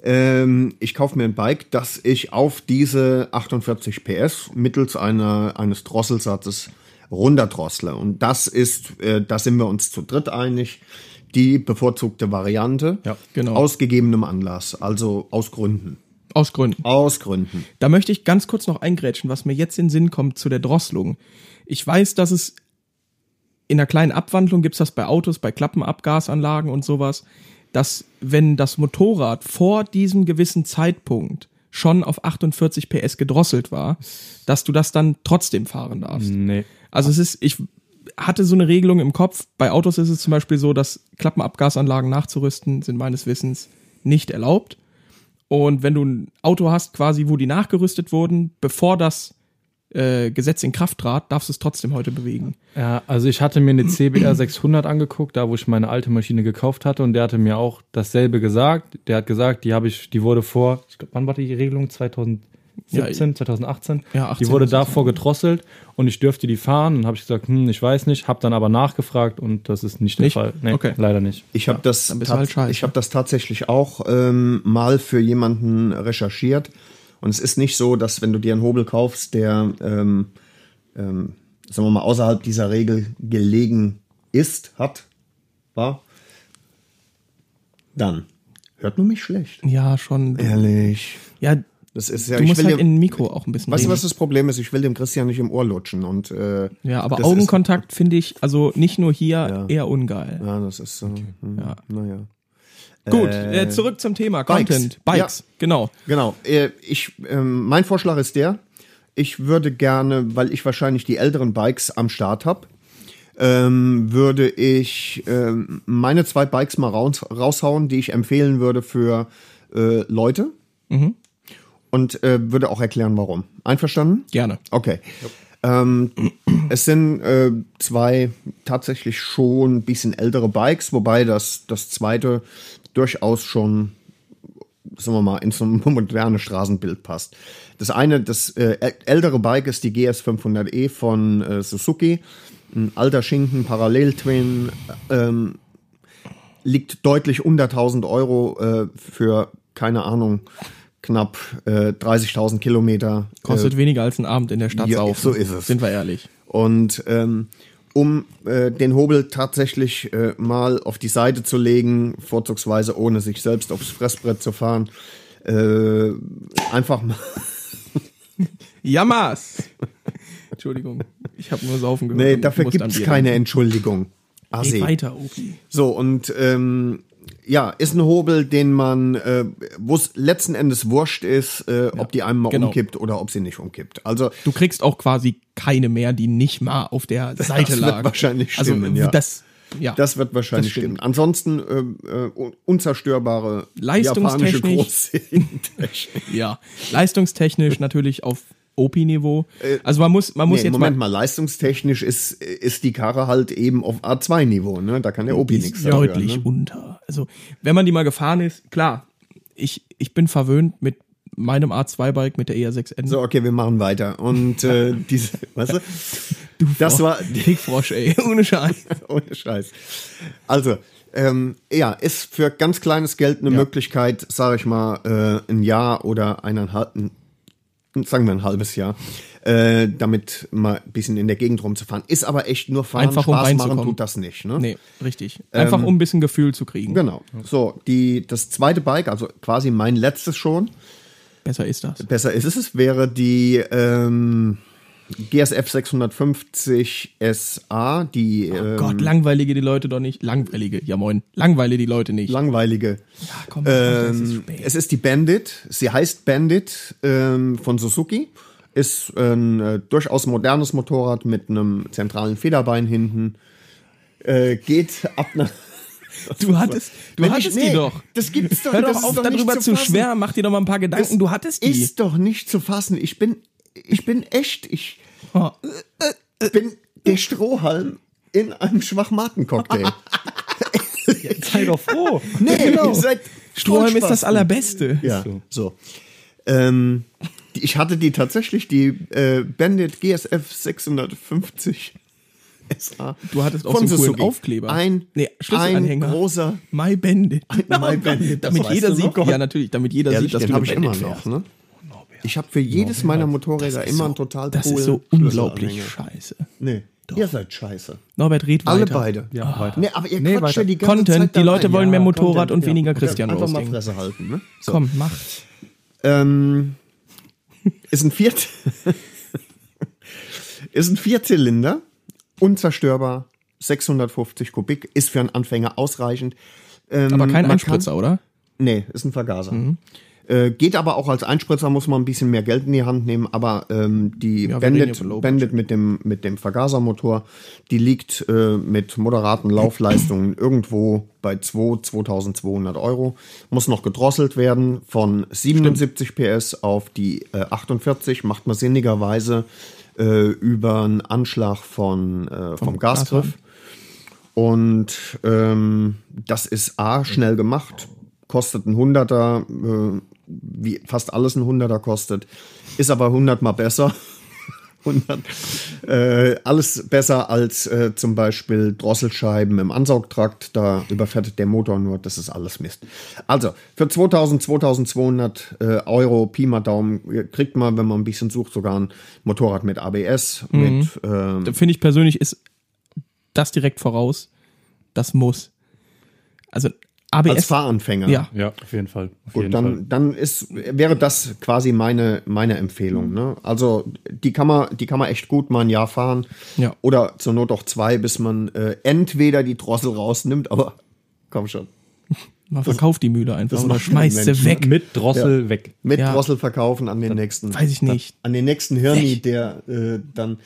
Ähm, ich kaufe mir ein Bike, das ich auf diese 48 PS mittels einer, eines Drosselsatzes runterdrossle. Und das ist, äh, da sind wir uns zu dritt einig, die bevorzugte Variante. Ja, genau. Aus gegebenem Anlass, also aus Gründen. aus Gründen. Aus Gründen. Da möchte ich ganz kurz noch eingrätschen, was mir jetzt in den Sinn kommt zu der Drosselung. Ich weiß, dass es in einer kleinen Abwandlung gibt's das bei Autos, bei Klappenabgasanlagen und sowas, dass wenn das Motorrad vor diesem gewissen Zeitpunkt schon auf 48 PS gedrosselt war, dass du das dann trotzdem fahren Mhm. darfst. Nee. Also es ist, ich hatte so eine Regelung im Kopf. Bei Autos ist es zum Beispiel so, dass Klappenabgasanlagen nachzurüsten sind meines Wissens nicht erlaubt. Und wenn du ein Auto hast, quasi, wo die nachgerüstet wurden, bevor das äh, Gesetz in Kraft trat, darfst du es trotzdem heute bewegen. Ja, also ich hatte mir eine CBR 600 angeguckt, da wo ich meine alte Maschine gekauft hatte und der hatte mir auch dasselbe gesagt. Der hat gesagt, die habe ich, die wurde vor, ich glaub, wann war die Regelung? 2017, Ja, ich- 2018? Ja, 18 die wurde muss das davor gedrosselt und ich dürfte die fahren und habe ich gesagt, hm, ich weiß nicht, habe dann aber nachgefragt und das ist nicht der Nicht? Fall. Nee, Okay. leider nicht. Ich habe das, dann bist du halt tats- scheiße. ich hab das tatsächlich auch ähm, mal für jemanden recherchiert. Und es ist nicht so, dass wenn du dir einen Hobel kaufst, der, ähm, ähm, sagen wir mal, außerhalb dieser Regel gelegen ist, hat, war, dann hört man mich schlecht. Ja, schon. Ehrlich. Ja, Das ist ja, du ich musst will halt dir- in ein Mikro auch ein bisschen Weißt du, reden. was das Problem ist? Ich will dem Christian nicht im Ohr lutschen. Und, äh, ja, aber das Augenkontakt finde ich, also nicht nur hier, eher ungeil. Ist, ja, das ist so. hm, Ja. Naja. Gut, äh, zurück zum Thema Bikes. Content. Bikes, genau. Genau. äh, Ich, ähm, mein Vorschlag ist der, ich würde gerne, weil ich wahrscheinlich die älteren Bikes am Start habe, ähm, würde ich ähm, meine zwei Bikes mal raus, raushauen, die ich empfehlen würde für äh, Leute. Und äh, würde auch erklären, warum. Einverstanden? Gerne. Okay. Ähm, es sind äh, zwei tatsächlich schon ein bisschen ältere Bikes, wobei das, das zweite durchaus schon, sagen wir mal, ins moderne Straßenbild passt. Das eine, das äh, äl- ältere Bike ist die GS500E von äh, Suzuki. Ein alter Schinken, Parallel-Twin, ähm, liegt deutlich unter 1000 Euro äh, für, keine Ahnung, knapp äh, 30.000 Kilometer. Kostet weniger als ein Abend in der Stadt Äh, ja, saufen. so ist es. Sind wir ehrlich. Und ähm, um äh, den Hobel tatsächlich äh, mal auf die Seite zu legen, vorzugsweise ohne sich selbst aufs Fressbrett zu fahren, äh, [laughs] einfach mal Jammers! [laughs] Entschuldigung, ich habe nur saufen gehört. Nee, und dafür musste gibt an es Bier keine Entschuldigung. denken. Assi. Geht weiter, Opi. So, und ähm, ja, ist ein Hobel, den man, äh, wo es letzten Endes wurscht ist, äh, ob die einem mal genau. umkippt oder ob sie nicht umkippt. Also Du kriegst auch quasi keine mehr, die nicht mal auf der Seite wird lag. wahrscheinlich stimmen, also, ja. Das, ja. das wird wahrscheinlich Das stimmt. stimmen. Ansonsten äh, äh, un- unzerstörbare japanische Leistungstechnisch. [laughs] [laughs] Großserientechnik. ja. Leistungstechnisch natürlich auf OP-Niveau. Also man muss, man muss Äh, Nee, jetzt Moment mal, leistungstechnisch ist, ist die Karre halt eben auf A2-Niveau, ne? Da kann der Opi die nichts ist dafür, deutlich Ne? unter. Also, wenn man die mal gefahren ist, klar, ich, ich bin verwöhnt mit meinem A2-Bike, mit der E ER6N. So, okay, wir machen weiter. [laughs] Und äh, diese, weißt du, das war, Pickfrosch, ey, [laughs] ohne Scheiß. [laughs] Ohne Scheiß. Also, ähm, ja, ist für ganz kleines Geld eine Möglichkeit, sage ich mal, äh, ein Jahr oder eineinhalb, ein, sagen wir ein halbes Jahr, äh, damit mal ein bisschen in der Gegend rumzufahren. Ist aber echt nur fahren, Einfach, um Spaß machen reinzukommen. tut das nicht. Ne? Nee, richtig. Ähm, Einfach um ein bisschen Gefühl zu kriegen. Genau. So, die, das zweite Bike, also quasi mein letztes schon, Besser ist das. besser ist es, wäre die ähm, GSF 650 SA, die ähm, Oh Gott, langweilige die Leute doch nicht. Langweilige, ja moin. Langweile die Leute nicht. langweilige. ja, genau, komm, Ähm, es ist die Bandit. Sie heißt Bandit ähm, von Suzuki. Ist ein äh, durchaus modernes Motorrad mit einem zentralen Federbein hinten. Äh, geht ab nach. Du hattest, du Wenn hattest ich- nee, die doch. Das gibt's doch. Hör das doch ist auf, doch nicht darüber zu, fassen. schwärmen. Mach dir doch mal ein paar Gedanken. Das du hattest die. Ist doch nicht zu fassen. Ich bin, ich bin echt, ich Äh, bin der Strohhalm in [laughs] einem Schwachmaten-Cocktail. Sei doch [laughs] froh. nee, genau. ihr seid Strohhalm ist das Vollspasten. Allerbeste. Ja, so. Ähm, die- ich hatte die tatsächlich, die äh, Bandit GSF 650 SA. Du hattest auch von so einen coolen Suzuki. Aufkleber. Ein, Nee, ein Schlüsselanhänger. [laughs] großer, My Bandit. [laughs] My Bandit, das damit weißt jeder du sieht, noch? ja natürlich, damit jeder ehrlich, sieht, dass den du habe eine ich immer Bandit noch. fährst. Oh, Ne? Ich habe für jedes meiner Motorräder immer einen total Das coolen ist so unglaublich Schlüsselanhänger. scheiße. Nee, ihr seid scheiße. Norbert, red weiter. Alle beide. Ja, weiter. Nee, aber ihr Nee, quatscht ja weiter. die ganze Content, Zeit die da Leute rein. wollen mehr Motorrad Content, und ja. weniger Christian Einfach mal Roasting. Fresse halten. Ne? So. Komm, mach. Ähm, ist ein Viert [laughs] ist ein Vierzylinder, unzerstörbar, 650 Kubik, ist für einen Anfänger ausreichend. Ähm, Aber kein man Einspritzer, oder? Kann, nee, ist ein Vergaser. Äh, geht aber auch als Einspritzer, muss man ein bisschen mehr Geld in die Hand nehmen, aber ähm, die Ja, wir reden Bandit, hier über Low Bandit mit dem, mit dem Vergasermotor, die liegt äh, mit moderaten Laufleistungen irgendwo bei 2, 2200 Euro. Muss noch gedrosselt werden von 77 PS auf die äh, 48, macht man sinnigerweise äh, über einen Anschlag von, äh, vom Gasgriff. Und ähm, das ist A, schnell gemacht, kostet ein Hunderter, äh, wie fast alles ein Hunderter kostet, ist aber 100 mal besser. [laughs] 100. Äh, alles besser als äh, zum Beispiel Drosselscheiben im Ansaugtrakt, da überfettet der Motor nur, das ist alles Mist. Also für 2000, 2200 äh, Euro, Pi mal Daumen, äh, kriegt man, wenn man ein bisschen sucht, sogar ein Motorrad mit ABS, mit ähm, Finde ich persönlich ist das direkt voraus. Das muss. Also als ABS. Fahranfänger. Ja. Ja, auf jeden Fall. Auf Gut, jeden Fall. dann, dann ist, wäre das quasi meine, meine Mhm. Empfehlung. Ne? Also die kann, man, die kann man echt gut mal ein Jahr fahren. Ja. Oder zur Not auch zwei, bis man äh, entweder die Drossel rausnimmt, aber [laughs] komm schon. Man verkauft die Mühle einfach das oder macht schmeißt kein Mensch, sie weg. Mit Drossel weg. Mit Ja. Drossel verkaufen an den nächsten. Weiß ich nicht. An den nächsten Hirni, der äh, dann.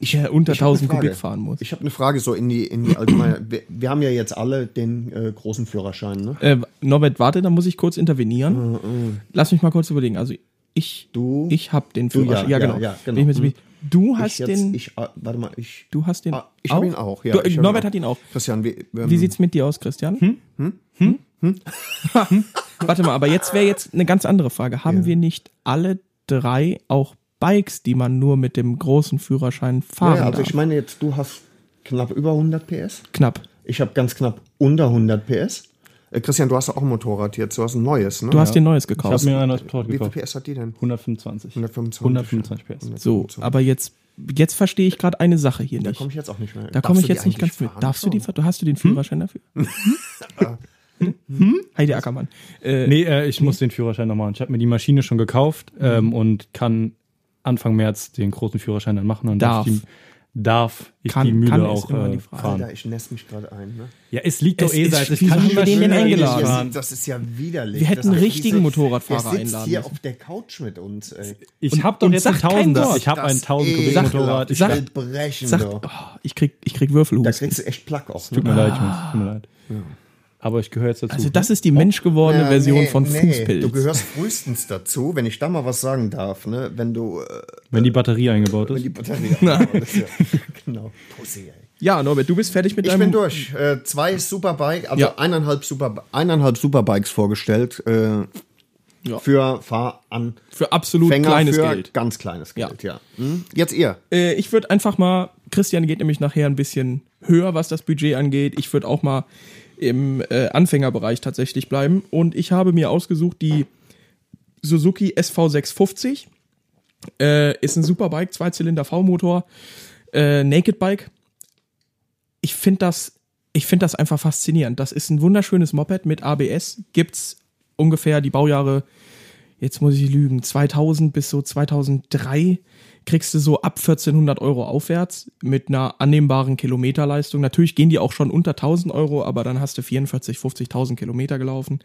Ich, der unter Ich hab eine 1000 Frage. Kubik fahren muss. Ich habe eine Frage so in die, in die allgemeine. Wir, wir haben ja jetzt alle den äh, großen Führerschein, ne? Äh, Norbert, warte, da muss ich kurz intervenieren. Lass mich mal kurz überlegen. Also Ich, Mhm, Du? ich hab den Du, ja, Führerschein. ja, genau. ja, genau. Bin ich mir ziemlich- Du hast ich jetzt, den. Ich, äh, warte mal, ich. du hast den. Ah, ich habe ihn auch, ja. Du, ich hab ihn Norbert auch. hat ihn auch. Christian, wie, ähm, Wie sieht's mit dir aus, Christian? Hm? Hm? Hm? [laughs] Warte mal, aber jetzt wäre jetzt eine ganz andere Frage. Haben wir nicht alle drei auch Bikes, die man nur mit dem großen Führerschein fahren ja, also darf? ich meine jetzt, du hast knapp über 100 PS. Knapp. Ich habe ganz knapp unter 100 PS. Äh, Christian, du hast doch auch ein Motorrad jetzt. Du hast ein neues, ne? Du hast dir ein neues Ich habe gekauft. mir ein neues Motorrad Wie viel gekauft. PS hat die denn? 125. 125. 125 PS. So, aber jetzt, jetzt verstehe ich gerade eine Sache hier Da nicht. komme ich jetzt auch nicht mehr. Da komme ich jetzt nicht ganz mit. Darfst du die, ver- hast du den Führerschein [laughs] dafür? hm? Hm? [laughs] Heidi Ackermann. Äh, Mhm. Nee, äh, ich muss den Führerschein noch machen. Ich habe mir die Maschine schon gekauft ähm, und kann Anfang März den großen Führerschein dann machen. Und Darf. Ich die, darf ich Kann- die Mühle kann ist auch immer die äh, Frage. fahren. Alter, ich nässe mich gerade ein. Ne? Ja, es liegt doch Es eh ist- seit. Ich wieso kann haben wir immer den schön denn eh nicht eingeladen? fahren. Das ist ja widerlich. Wir hätten Das ist- einen richtigen der Motorradfahrer sitzt einladen hier müssen. auf der Couch mit uns. Ey. Ich habe doch und jetzt ein sag kein 1000 Wort. Ich habe ein Das 1000 ist Kubik Motorrad. Ich, ekelhaft. Ich will brechen. sagt, du. oh, ich krieg, ich krieg Da Würfelhusten. kriegst du echt Plack auf. tut Ne? mir leid, Jungs. Tut mir leid. Aber ich gehöre jetzt dazu. Also das ist die menschgewordene Ja, Version nee, von nee, Fußpilz. Du gehörst frühestens dazu, wenn ich da mal was sagen darf, ne? wenn du äh, wenn die Batterie eingebaut die ist. Batterie aufbaust, ja. [laughs] Genau. Pussy, ey. ja, Norbert, du bist fertig mit Ich deinem... bin durch. Äh, zwei Superbike, also Ja. eineinhalb, Super, eineinhalb Superbikes vorgestellt äh, Ja. für Fahranfänger Für absolut kleines für Geld. ganz kleines Geld. Ja. Hm? Jetzt ihr. Äh, ich würde einfach mal, Christian geht nämlich nachher ein bisschen höher, was das Budget angeht. Ich würde auch mal im äh, Anfängerbereich tatsächlich bleiben. Und ich habe mir ausgesucht die Suzuki SV650. Äh, ist ein Superbike, Zweizylinder V-Motor, äh, Naked Bike. Ich finde das, ich finde das einfach faszinierend. Das ist ein wunderschönes Moped mit ABS. Gibt's ungefähr die Baujahre jetzt muss ich lügen, 2000 bis so 2003 kriegst du so ab 1400 Euro aufwärts mit einer annehmbaren Kilometerleistung. Natürlich gehen die auch schon unter 1000 Euro, aber dann hast du 44, 50.000 Kilometer gelaufen.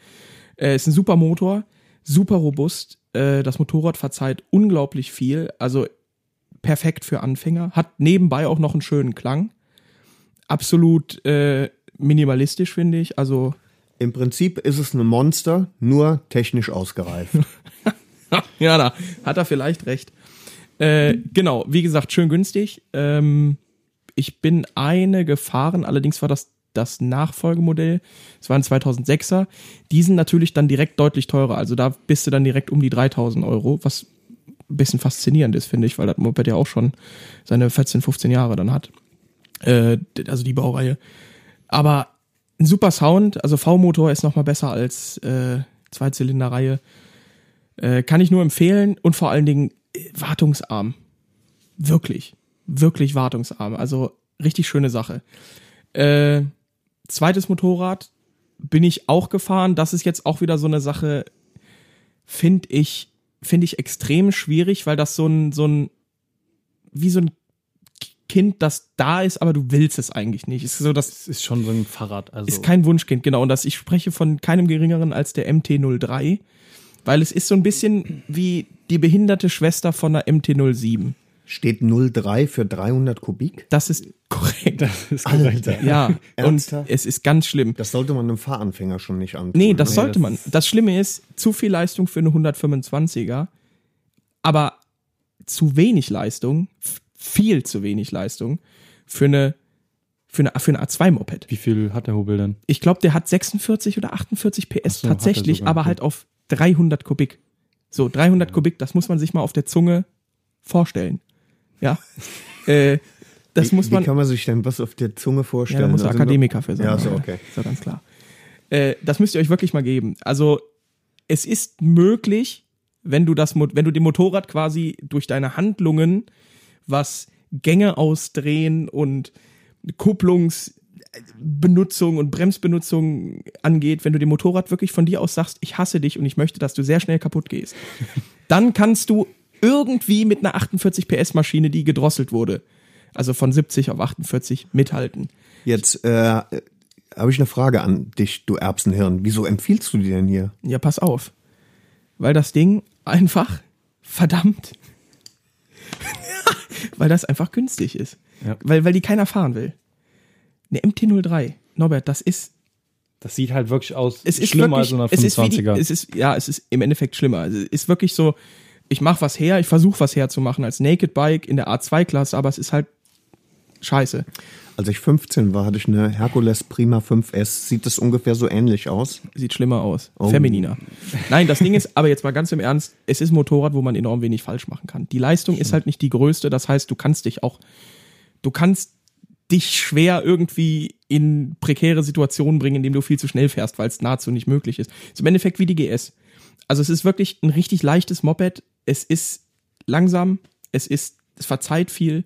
Äh, ist ein super Motor, super robust. Äh, das Motorrad verzeiht unglaublich viel, also perfekt für Anfänger. Hat nebenbei auch noch einen schönen Klang. Absolut äh, minimalistisch, finde ich. Also Im Prinzip ist es eine Monster, nur [laughs] technisch ausgereift. ja, da hat er vielleicht recht. Äh, genau, wie gesagt, schön günstig. Ähm, ich bin eine gefahren, allerdings war das das Nachfolgemodell. Es war ein 2006er. Die sind natürlich dann direkt deutlich teurer. Also da bist du dann direkt um die 3000 Euro, was ein bisschen faszinierend ist, finde ich, weil das Moped ja auch schon seine 14, 15 Jahre dann hat. Äh, also die Baureihe. Aber ein super Sound. Also V-Motor ist nochmal besser als äh, Zweizylinderreihe. Äh, kann ich nur empfehlen und vor allen Dingen äh, wartungsarm. Wirklich. Wirklich wartungsarm. Also richtig schöne Sache. Äh, zweites Motorrad bin ich auch gefahren. Das ist jetzt auch wieder so eine Sache, finde ich, finde ich extrem schwierig, weil das so ein, so ein, wie so ein Kind, das da ist, aber du willst es eigentlich nicht. Ist so das Das ist schon so ein Fahrrad. Also ist kein Wunschkind, genau. Und das, ich spreche von keinem geringeren als der MT-03, weil es ist so ein bisschen wie die behinderte Schwester von der MT-07. Steht 03 für 300 Kubik? Das ist korrekt. das [laughs] ist korrekt. ja, und Ernsthaft? es ist ganz schlimm. Das sollte man einem Fahranfänger schon nicht antun. Nee, das ne? sollte das- man. Das Schlimme ist, zu viel Leistung für eine 125er, aber zu wenig Leistung, f- viel zu wenig Leistung für eine, für eine, für eine A2-Moped. Wie viel hat der Hobel denn? Ich glaube, der hat 46 oder 48 PS so, hat er tatsächlich, sogar, aber okay. halt auf 300 Kubik. So, 300 Kubik, das muss man sich mal auf der Zunge vorstellen. [laughs] Ja. äh, das wie, muss Wie man. kann man sich denn was auf der Zunge Ja, vorstellen? da muss Also Akademiker für sein. Ja, so, okay. Ist ja ganz klar. Äh, das müsst ihr euch wirklich mal geben. Also, es ist möglich, wenn du das, Mo- wenn du dem Motorrad quasi durch deine Handlungen, was Gänge ausdrehen und Kupplungsbenutzung und Bremsbenutzung angeht, wenn du dem Motorrad wirklich von dir aus sagst, ich hasse dich und ich möchte, dass du sehr schnell kaputt [laughs] gehst, dann kannst du irgendwie mit einer 48 PS Maschine, die gedrosselt wurde, also von 70 auf 48 mithalten. Jetzt äh, habe ich eine Frage an dich, du Erbsenhirn. Wieso empfiehlst du die denn hier? Ja, pass auf. Weil das Ding einfach verdammt. [laughs] weil das einfach günstig ist. Ja. Weil, weil die keiner fahren will. Eine MT-03. Norbert, das ist. Das sieht halt wirklich aus Es ist schlimmer wirklich, als so eine es ist wie die, 25er. es ist, ja, es ist im Endeffekt schlimmer. Also, Es ist wirklich so ich mache was her, ich versuche was herzumachen als Naked Bike in der A2-Klasse, aber es ist halt scheiße. Als ich 15 war, hatte ich eine Hercules Prima 5S. Sieht das ungefähr so ähnlich aus? Sieht schlimmer aus. Femininer. Nein, das Ding ist, aber jetzt mal ganz im Ernst, es ist ein Motorrad, wo man enorm wenig falsch machen kann. Die Leistung ist halt nicht die größte, das heißt, du kannst dich auch, du kannst dich schwer irgendwie in prekäre Situationen bringen, indem du viel zu schnell fährst, weil es nahezu nicht möglich ist. Ist im Endeffekt wie die GS. Also es ist wirklich ein richtig leichtes Moped. Es ist langsam, es ist, es verzeiht viel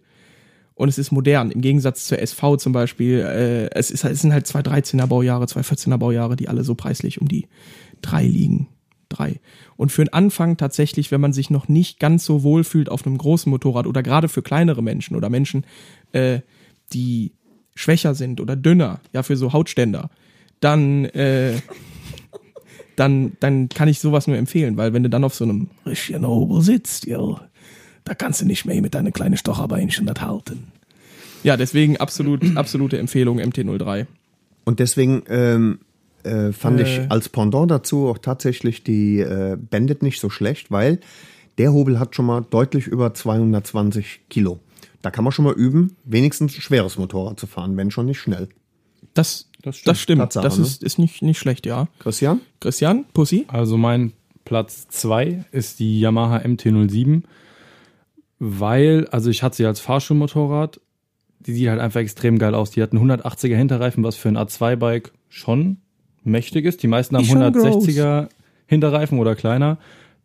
und es ist modern. Im Gegensatz zur SV zum Beispiel, äh, es, ist, es sind halt zwei 13er Baujahre, zwei 14er Baujahre, die alle so preislich um die drei liegen. Drei. Und für einen Anfang tatsächlich, wenn man sich noch nicht ganz so wohl fühlt auf einem großen Motorrad oder gerade für kleinere Menschen oder Menschen, äh, die schwächer sind oder dünner, ja, für so Hautständer, dann, äh, dann, dann kann ich sowas nur empfehlen, weil wenn du dann auf so einem richtigen Ober sitzt, yo, da kannst du nicht mehr mit deinen kleinen Stocherbeinchen das halten. Ja, deswegen absolut, absolute Empfehlung MT03. Und deswegen ähm, äh, fand Äh. ich als Pendant dazu auch tatsächlich die äh, Bandit nicht so schlecht, weil der Hobel hat schon mal deutlich über 220 Kilo. Da kann man schon mal üben, wenigstens ein schweres Motorrad zu fahren, wenn schon nicht schnell. Das, das Das stimmt. Das, stimmt. Tatsache, ne? ist, ist nicht, nicht schlecht, ja. Christian? Christian, Pussy? Also mein Platz 2 ist die Yamaha MT-07, weil, also ich hatte sie als Fahrschulmotorrad, die sieht halt einfach extrem geil aus. Die hat einen 180er Hinterreifen, was für ein A2-Bike schon mächtig ist. Die meisten haben Ist schon 160er Hinterreifen oder kleiner.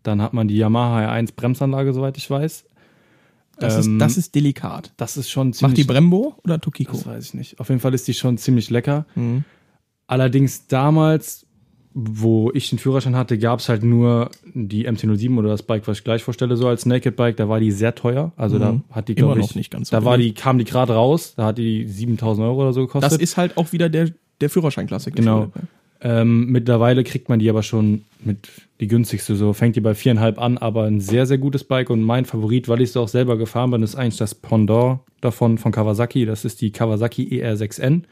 Dann hat man die Yamaha R1 Bremsanlage, soweit ich weiß. Das, Ähm, ist, das ist delikat. das ist schon ziemlich... Macht die Brembo oder Tokiko? Das weiß ich nicht. Auf jeden Fall ist die schon ziemlich lecker. Mhm. Allerdings damals, wo ich den Führerschein hatte, gab es halt nur die MT-07 oder das Bike, was ich gleich vorstelle, so als Naked Bike. Da war die sehr teuer. Also da hat die, Mhm. Immer glaube noch ich, nicht ganz so da war billig. die, kam die gerade raus. Da hat die 7000 Euro oder so gekostet. Das ist halt auch wieder der, der ne? Führerscheinklassiker. Genau. Ähm, mittlerweile kriegt man die aber schon mit die günstigste. So fängt die bei viereinhalb an, aber ein sehr, sehr gutes Bike. Und mein Favorit, weil ich es auch selber gefahren bin, ist eigentlich das Pendant davon von Kawasaki. Das ist die Kawasaki E ER6N.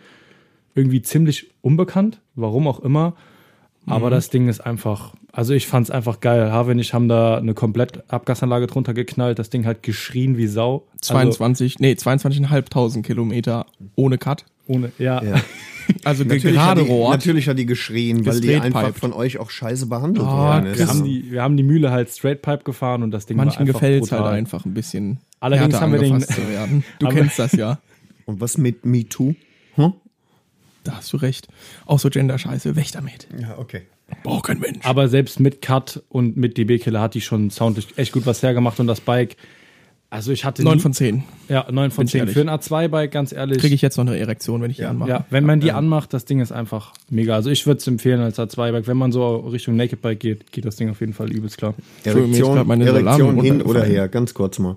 Irgendwie ziemlich unbekannt, warum auch immer. Mhm. Aber das Ding ist einfach, also ich fand es einfach geil. Harvey und ich haben da eine komplett Abgasanlage drunter geknallt. Das Ding hat geschrien wie Sau. Also 22, nee, 22.500 Kilometer ohne [laughs] Cut. Also ohne, ja. Ja. Also ge- Natürlich gerade hat die, Rohr. Natürlich hat die geschrien, weil die Gestrehtpiped. einfach von euch auch scheiße behandelt Oh, worden ist. Wir, haben die, wir haben die Mühle halt Straight Pipe gefahren und das Ding war Manchen einfach gefällt es halt brutal. einfach ein bisschen. Allerdings härter haben wir den- angefasst zu [laughs] werden. Du Aber- kennst das ja. Und was mit Me Too? Hm? Da hast du recht. Auch so Gender-Scheiße. Wächter mit. Ja, okay. Braucht kein Mensch. Aber selbst mit Cut und mit DB-Killer hat die schon soundlich echt gut was hergemacht und das Bike. Also ich hatte. 9 nie- von 10. Ja, 9 von Bin ich 10. ehrlich. Für ein A2-Bike, ganz ehrlich. Kriege ich jetzt noch eine Erektion, wenn ich die anmache. ja, wenn man die anmacht, das Ding ist einfach mega. Also ich würde es empfehlen als A2-Bike. Wenn man so Richtung Naked Bike geht, geht das Ding auf jeden Fall übelst klar. Entschuldigung, mir ist grad Erektion, meine Erektion Salami hin oder runtergefallen. her, ganz kurz mal.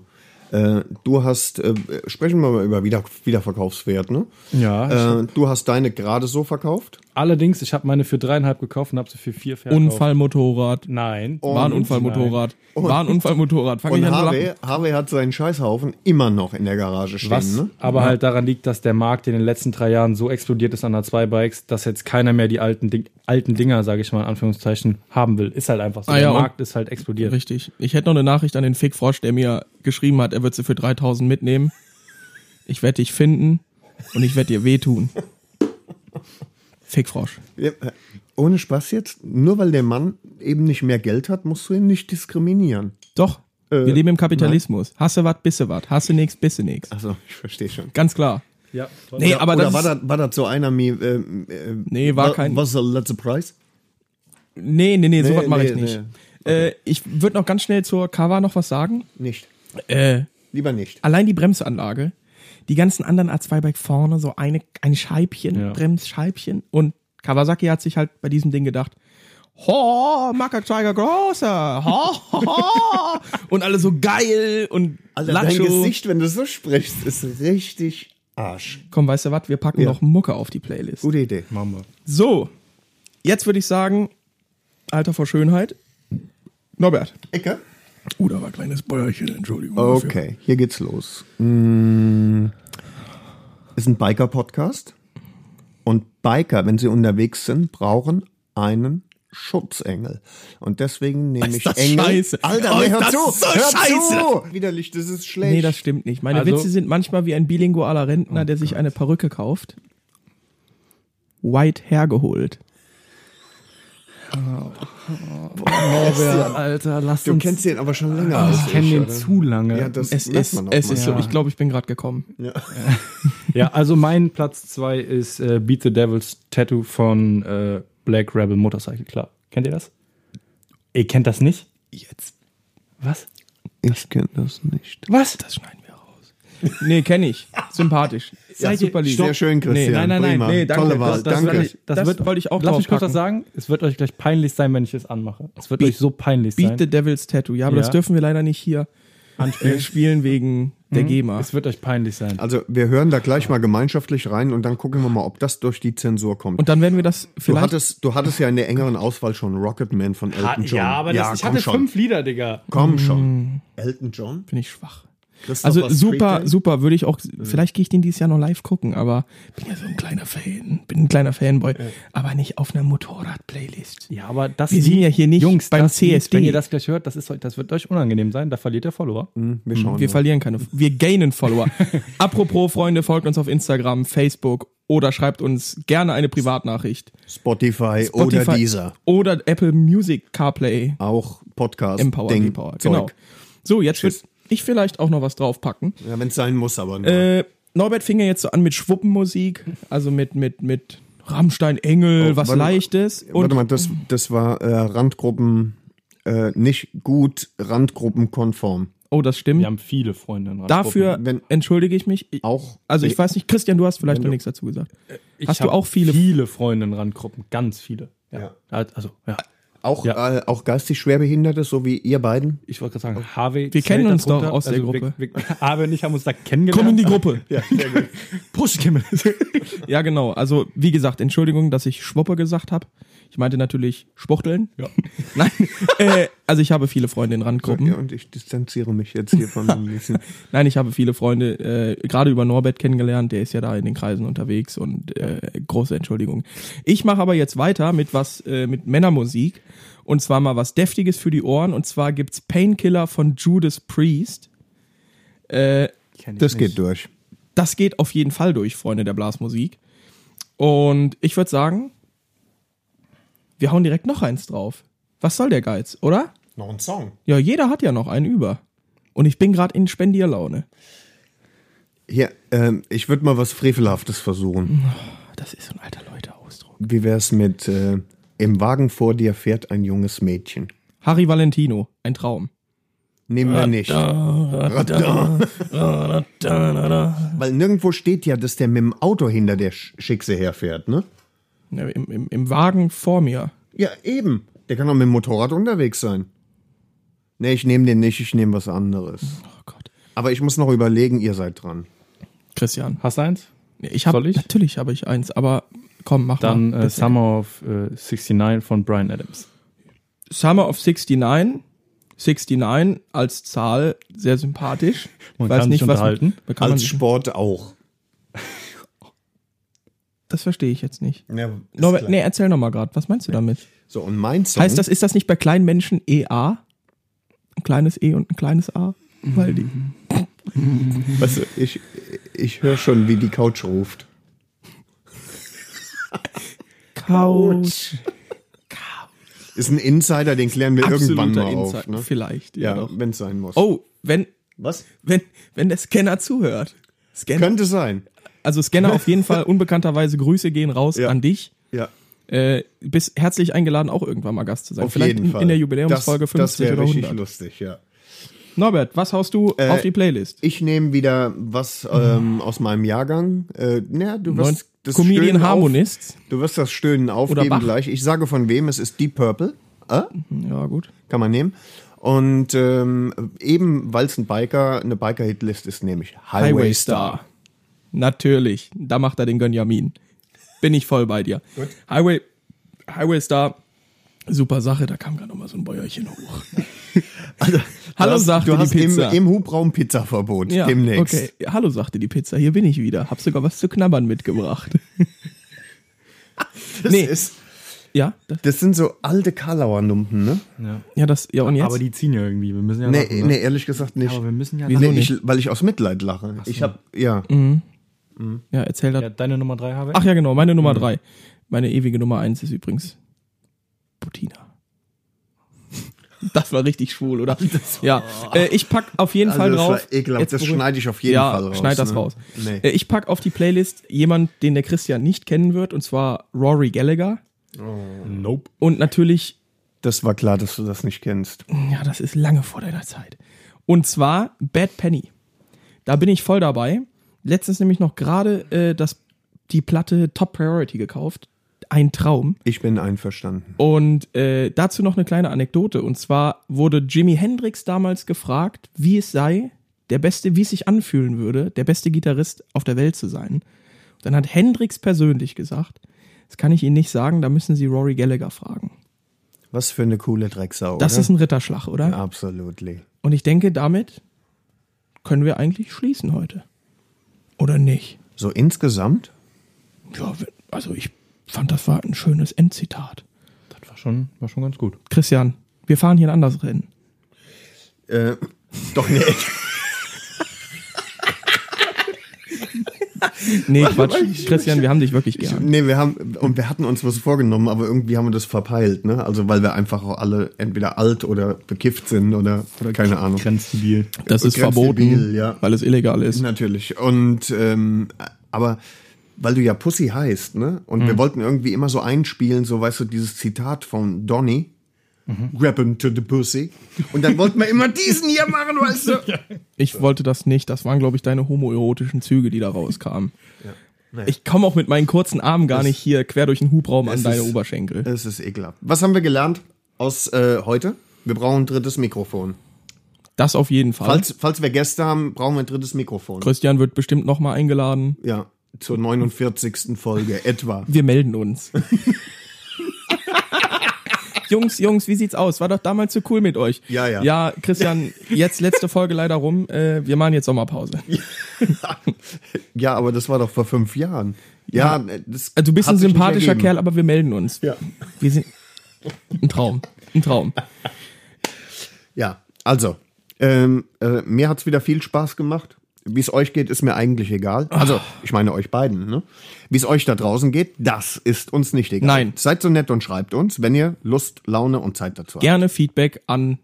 Äh, du hast, äh, sprechen wir mal über Wieder Wiederverkaufswert, ne? Ja. Äh, du hast deine gerade so verkauft. Allerdings, ich habe meine für dreieinhalb gekauft und habe sie für vier verkauft. Unfallmotorrad. Nein. War ein Unfallmotorrad. War ein Unfallmotorrad. Fang ich Und an zu lachen. Harvey, Harvey hat seinen Scheißhaufen immer noch in der Garage stehen, Was ne? aber halt daran liegt, dass der Markt in den letzten drei Jahren so explodiert ist an A2-Bikes, dass jetzt keiner mehr die alten, Ding, alten Dinger, sage ich mal in Anführungszeichen, haben will. Ist halt einfach so. Ah ja, der und- Markt ist halt explodiert. Richtig. Ich hätte noch eine Nachricht an den Fickfrosch, der mir geschrieben hat, er wird sie für 3000 mitnehmen. Ich werde dich finden und ich werde dir wehtun. Fickfrosch. Ja, äh, Ohne Spaß jetzt, nur weil der Mann eben nicht mehr Geld hat, musst du ihn nicht diskriminieren. Doch, Äh, wir leben im Kapitalismus. Hasse wat, bisse wat. Hasse nix, bisse nix. Also, ich verstehe schon. Ganz klar. Ja, Nee, aber Oder das war ist, das, war das so einer wie, ähm, äh, Nee, war wa- kein- Was ist der letzte Preis? Nee, nee, nee, sowas Nee, mache nee, ich nicht. nee. Äh, ich würde noch ganz schnell zur Kava noch was sagen. Nicht. Äh, Lieber nicht. allein die Bremsanlage, die ganzen anderen A2-Bike vorne, so eine, ein Scheibchen, Ja. Bremsscheibchen. Und Kawasaki hat sich halt bei diesem Ding gedacht, ho, Macker Tiger Großer, ho, ho, [laughs] ho. und alle so geil und Alter, dein Lacho. Gesicht, wenn du so sprichst, ist richtig Arsch. Komm, weißt du was, wir packen Ja. noch Mucke auf die Playlist. Gute Idee. Mama. So, jetzt würde ich sagen, Alter vor Schönheit, Norbert. Ecke? Oh, da war ein kleines Bäuerchen, Entschuldigung. Okay, hier geht's los. Mm, Ist ein Biker-Podcast. Und Biker, wenn sie unterwegs sind, brauchen einen Schutzengel. Und deswegen nehme Ist ich das Engel. scheiße. Alter, Oh, nee, ist hör das zu! so hör scheiße. Zu. Widerlich, das ist schlecht. Nee, das stimmt nicht. Meine Also- Oh Witze sind manchmal wie ein bilingualer Rentner, der sich eine Perücke kauft. White hergeholt. Norbert, Alter, lass du kennst den aber schon länger. als Ich kenne den oder? zu lange. Ja, das Es merkt ist, man auch es ist mal. so. Ich glaube, ich bin gerade gekommen. Ja, also mein Platz 2 ist äh, Beat the Devil's Tattoo von äh, Black Rebel Motorcycle Club. Kennt ihr das? Ihr kennt das nicht? Jetzt. Was? Ich kenne das nicht. Was? Das schneiden wir raus. Nee, kenne ich. Sympathisch. Seid ihr- lieb. Stopp. Sehr schön, Christian. nein, nein, nein, Prima. nee, danke, Tolle Wahl. das- das danke. werde ich- Das, Das wird, wollte ich auch Lass mich kurz draufpacken. was sagen. Es wird euch gleich peinlich sein, wenn ich es anmache. Es wird euch so peinlich Beat sein. the Devil's Tattoo. Ja, aber Ja. das dürfen wir leider nicht hier äh, spielen wegen der GEMA. Hm? Es wird euch peinlich sein. Also wir hören da gleich mal gemeinschaftlich rein und dann gucken wir mal, ob das durch die Zensur kommt. Und dann werden wir das du, vielleicht. hattest, du hattest ja in der engeren Auswahl schon Rocketman von Elton John. komm schon. Lieder, Digga. Komm schon. Elton John? Bin ich schwach. Christopher Mm. Also super, Streeter? super, würde ich auch, vielleicht gehe ich den dieses Jahr noch live gucken, aber bin ja so ein kleiner Fan, bin ein kleiner Fanboy, aber nicht auf einer Motorrad-Playlist. Ja, aber das Wir sind ja hier nicht Jungs, beim das CSD. Lied, wenn ihr das gleich hört, das, ist, euch- das wird euch unangenehm sein. Da verliert ihr Follower. Hm, Wir schauen Wir verlieren keine, wir gainen [laughs] Follower. Apropos, Freunde, folgt uns auf Instagram, Facebook oder schreibt uns gerne eine Privatnachricht. Spotify, Spotify oder dieser. Oder Apple Music CarPlay Auch Podcast. Empower. Ding, Empower. Genau. Zeug. So, jetzt würde ich vielleicht auch noch was draufpacken. Ja, wenn es sein muss, aber nur. Äh, Norbert fing ja jetzt so an mit Schwuppenmusik, also mit, mit, mit Rammstein, Engel, Oh, was warte mal. Leichtes. Und Warte mal, das, das war äh, Randgruppen, äh, nicht gut Randgruppenkonform. Oh, das stimmt. Wir haben viele Freunde in Dafür Gruppen. Wenn- entschuldige ich mich. Ich- Auch. äh, Also ich weiß nicht, Christian, du hast vielleicht noch nichts dazu gesagt. Ich Hast du hab auch viele- Viele Freunde in Randgruppen, ganz viele. Ja. Also, ja. Auch, Ja. äh, auch geistig Schwerbehinderte, so wie ihr beiden. Ich wollte gerade sagen, Harvey. Wir zählt kennen da uns drunter. doch aus der Gruppe. Wir, wir, [laughs] Harvey und ich haben uns da kennengelernt. Komm in die Gruppe. Ja, sehr [laughs] gut. Pushkimmel. ja, genau. Also, wie gesagt, Entschuldigung, dass ich Schwuppe gesagt habe. Ich meinte natürlich Spuchteln. Ja. [laughs] Nein. äh, also ich habe viele Freunde in Randgruppen. Ja, und ich distanziere mich jetzt hier [laughs] von ein bisschen. Nein, ich habe viele Freunde äh, gerade über Norbert kennengelernt, der ist ja da in den Kreisen unterwegs und äh, große Entschuldigung. Ich mache aber jetzt weiter mit was äh, mit Männermusik und zwar mal was deftiges für die Ohren und zwar gibt's Painkiller von Judas Priest. Äh, Das geht durch. das geht auf jeden Fall durch, Freunde der Blasmusik. Und ich würde sagen, wir hauen direkt noch eins drauf. Was soll der Geiz, oder? Noch ein Song. Ja, jeder hat ja noch einen über. Und ich bin gerade in Spendierlaune. Hier, ähm, ich würde mal was Frevelhaftes versuchen. Das ist so ein alter Leute-Ausdruck. Wie wär's mit äh, Im Wagen vor dir fährt ein junges Mädchen? Harry Valentino, ein Traum. Nehmen wir nicht. Weil nirgendwo steht ja, dass der mit dem Auto hinter der Sch- Schickse herfährt, ne? Ne, Im, im, Im Wagen vor mir. Ja, eben. Der kann auch mit dem Motorrad unterwegs sein. Nee, ich nehme den nicht, ich nehme was anderes. Oh Gott. Aber ich muss noch überlegen, ihr seid dran. Christian. Hast du eins? Nee, Ich hab, Soll ich? Natürlich habe ich eins, aber komm, mach Dann mal. äh, Bitte. Summer of äh, 69 von Brian Adams. Summer of 69. 69 als Zahl sehr sympathisch. [laughs] Man kann sich unterhalten. Was, kann man sich, Sport auch. das verstehe ich jetzt nicht. Ja, ist Norbert, klar. nee, erzähl noch mal gerade. Was meinst du damit? So, und mein Song. Heißt das, ist das nicht bei kleinen Menschen EA? Ein kleines E und ein kleines A? Weil die. Mhm. Weißt du, ich, ich höre schon, wie die Couch ruft. Couch. Ist ein Insider, den klären wir irgendwann mal auf. Ne? Vielleicht. Ja, Ja, doch. wenn es sein muss. Oh, wenn, was? wenn, wenn der Scanner zuhört. Scanner, Könnte sein. also Scanner auf jeden [laughs] Fall unbekannterweise Grüße gehen raus Ja. an dich. Ja, Äh, bist herzlich eingeladen, auch irgendwann mal Gast zu sein. auf Vielleicht jeden in, Fall. in der Jubiläumsfolge das, das 50 wäre oder richtig 100. lustig, ja. Norbert, was haust du auf die Playlist? Ich nehme wieder was ähm, aus meinem Jahrgang. Äh, na, du wirst Neun- das Stöhnen Comedian auf- Harmonist. Du wirst das Stöhnen Oder Bach. aufgeben gleich. Ich sage von wem, es ist Deep Purple. Äh? Ja, gut. Kann man nehmen. Und ähm, eben, weil es ein Biker, eine Biker-Hitlist ist, nehme ich Highway, Highway Star. Star. Natürlich. Da macht er den Gönjamin. Bin ich voll bei dir. Highway, Highway Star. Super Sache, da kam gerade nochmal so ein Bäuerchen [laughs] hoch. Hallo, Du hast- sagte du die hast im, Pizza. im Hubraum Pizzaverbot demnächst. Okay. Hallo, sagte die Pizza. Hier bin ich wieder. Hab sogar was zu knabbern mitgebracht. Das Nee. ist [laughs] Ja, das, Das sind so alte Karlauer Numpen, ne? Ja. ja, das, ja und jetzt? Aber die ziehen ja irgendwie. Wir müssen ja. Nee, lachen, ne? nee, ehrlich gesagt nicht. Aber wir müssen ja. nee, lachen. ich, weil ich aus Mitleid lache. Ich habe ja. Mhm. ja, erzähl das. Ja, deine Nummer drei habe ich. Ach ja, genau, meine Hm. Nummer drei. Meine ewige Nummer eins ist übrigens Butina. [laughs] Das war richtig schwul, [laughs] oder? ja, äh, ich pack auf jeden Fall Also das war drauf. ekelhaft. Jetzt das beruhigt- schneide ich auf jeden ja, Fall raus. schneid das ne? raus. Nee. Äh, ich pack auf die Playlist jemand, den der Christian nicht kennen wird, und zwar Rory Gallagher. Oh. Nope. Und natürlich Das war klar, dass du das nicht kennst. Ja, das ist lange vor deiner Zeit. Und zwar Bad Penny. Da bin ich voll dabei. Letztens nämlich noch gerade äh, das, die Platte Top Priority gekauft. Ein Traum. Ich bin einverstanden. Und äh, dazu noch eine kleine Anekdote. Und zwar wurde Jimi Hendrix damals gefragt, wie es sei, der beste, wie es sich anfühlen würde, der beste Gitarrist auf der Welt zu sein. Dann hat Hendrix persönlich gesagt, das kann ich Ihnen nicht sagen, da müssen Sie Rory Gallagher fragen. Was für eine coole Drecksau. Das oder? ist ein Ritterschlag, oder? Absolutely. Und ich denke, damit können wir eigentlich schließen heute. Oder nicht? So insgesamt? Ja, also ich fand, das war ein schönes Endzitat. Das war schon, war schon ganz gut. Christian, wir fahren hier ein anderes Rennen. Äh, [laughs] [laughs] doch nicht. [laughs] Nee, Quatsch. Christian, wir haben dich wirklich gern. Nee, wir haben, und wir hatten uns was vorgenommen, aber irgendwie haben wir das verpeilt, ne? Also, weil wir einfach auch alle entweder alt oder bekifft sind oder, oder keine Ahnung. Grenzdebil. Das ist Grenzdebil, verboten, ja. weil es illegal ist. Natürlich. Und, ähm, aber weil du ja Pussy heißt, ne? Und Mhm. wir wollten irgendwie immer so einspielen, so, weißt du, dieses Zitat von Donny. Mhm. Grab him to the pussy. Und dann wollten wir immer diesen hier machen, [laughs] weißt du? Ich wollte das nicht. Das waren, glaube ich, deine homoerotischen Züge, die da [laughs] rauskamen. Ich komme auch mit meinen kurzen Armen gar nicht hier quer durch den Hubraum an es deine ist- Oberschenkel. Es ist ekelhaft. Was haben wir gelernt aus äh, heute? Wir brauchen ein drittes Mikrofon. Das auf jeden Fall. Falls, falls wir Gäste haben, brauchen wir ein drittes Mikrofon. Christian wird bestimmt nochmal eingeladen. Ja, zur 49. Folge etwa. Wir melden uns. [laughs] Jungs, Jungs, wie sieht's aus? War doch damals so cool mit euch. Ja, ja. Ja, Christian, jetzt letzte Folge leider rum. Äh, wir machen jetzt Sommerpause. Ja, aber das war doch vor fünf Jahren. Ja, äh, das Also, du bist hat ein sich nicht sympathischer ergeben. Kerl, aber wir melden uns. Ja. Wir sind ein Traum. Ein Traum. Ja, also, ähm, äh, mir hat's wieder viel Spaß gemacht. Wie es euch geht, ist mir eigentlich egal. Also, Oh. ich meine euch beiden. Ne? Wie es euch da draußen geht, das ist uns nicht egal. Nein. Seid so nett und schreibt uns, wenn ihr Lust, Laune und Zeit dazu habt. Gerne Feedback an.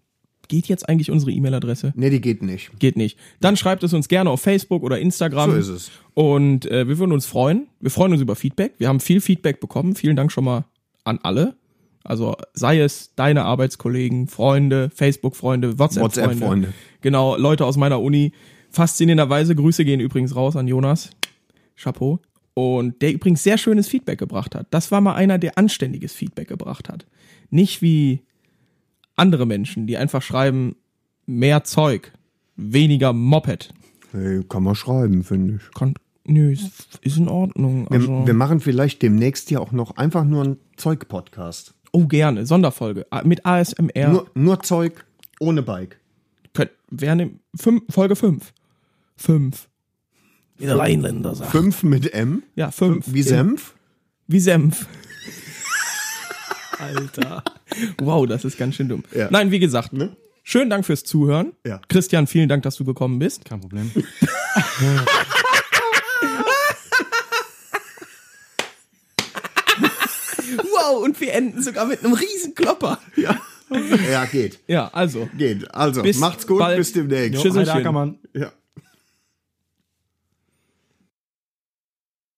Geht jetzt eigentlich unsere E-Mail-Adresse? Nee, die geht nicht. Geht nicht. Dann schreibt es uns gerne auf Facebook oder Instagram. So ist es. Und äh, wir würden uns freuen. Wir freuen uns über Feedback. Wir haben viel Feedback bekommen. Vielen Dank schon mal an alle. Also sei es deine Arbeitskollegen, Freunde, Facebook-Freunde, WhatsApp-Freunde. WhatsApp-Freunde. Genau, Leute aus meiner Uni. Faszinierenderweise, Grüße gehen übrigens raus an Jonas. Chapeau. Und der übrigens sehr schönes Feedback gebracht hat. Das war mal einer, der anständiges Feedback gebracht hat. Nicht wie andere Menschen, die einfach schreiben, mehr Zeug, weniger Moped. Hey, kann man schreiben, finde ich. Kon Nö, ist, ist in Ordnung. Wir, Also. wir machen vielleicht demnächst ja auch noch einfach nur einen Zeug-Podcast. Oh, gerne. Sonderfolge. A- Mit ASMR. Nur, nur Zeug ohne Bike. Könnt, wer nimmt- fünf, Folge 5. 5. Wie der Rheinländer sagt. Fünf mit M, Ja, 5. wie Senf. Wie Senf. [laughs] Alter. Wow, das ist ganz schön dumm. Ja. Nein, wie gesagt, Ne? schönen Dank fürs Zuhören. Ja. Christian, vielen Dank, dass du gekommen bist. Kein Problem. Wow, und wir enden sogar mit einem riesen Klopper. Ja. ja, geht. Ja, also. Geht. Also, Bis macht's gut, bald. bis demnächst. Tschüsselchen. Alter Ackermann. Ja.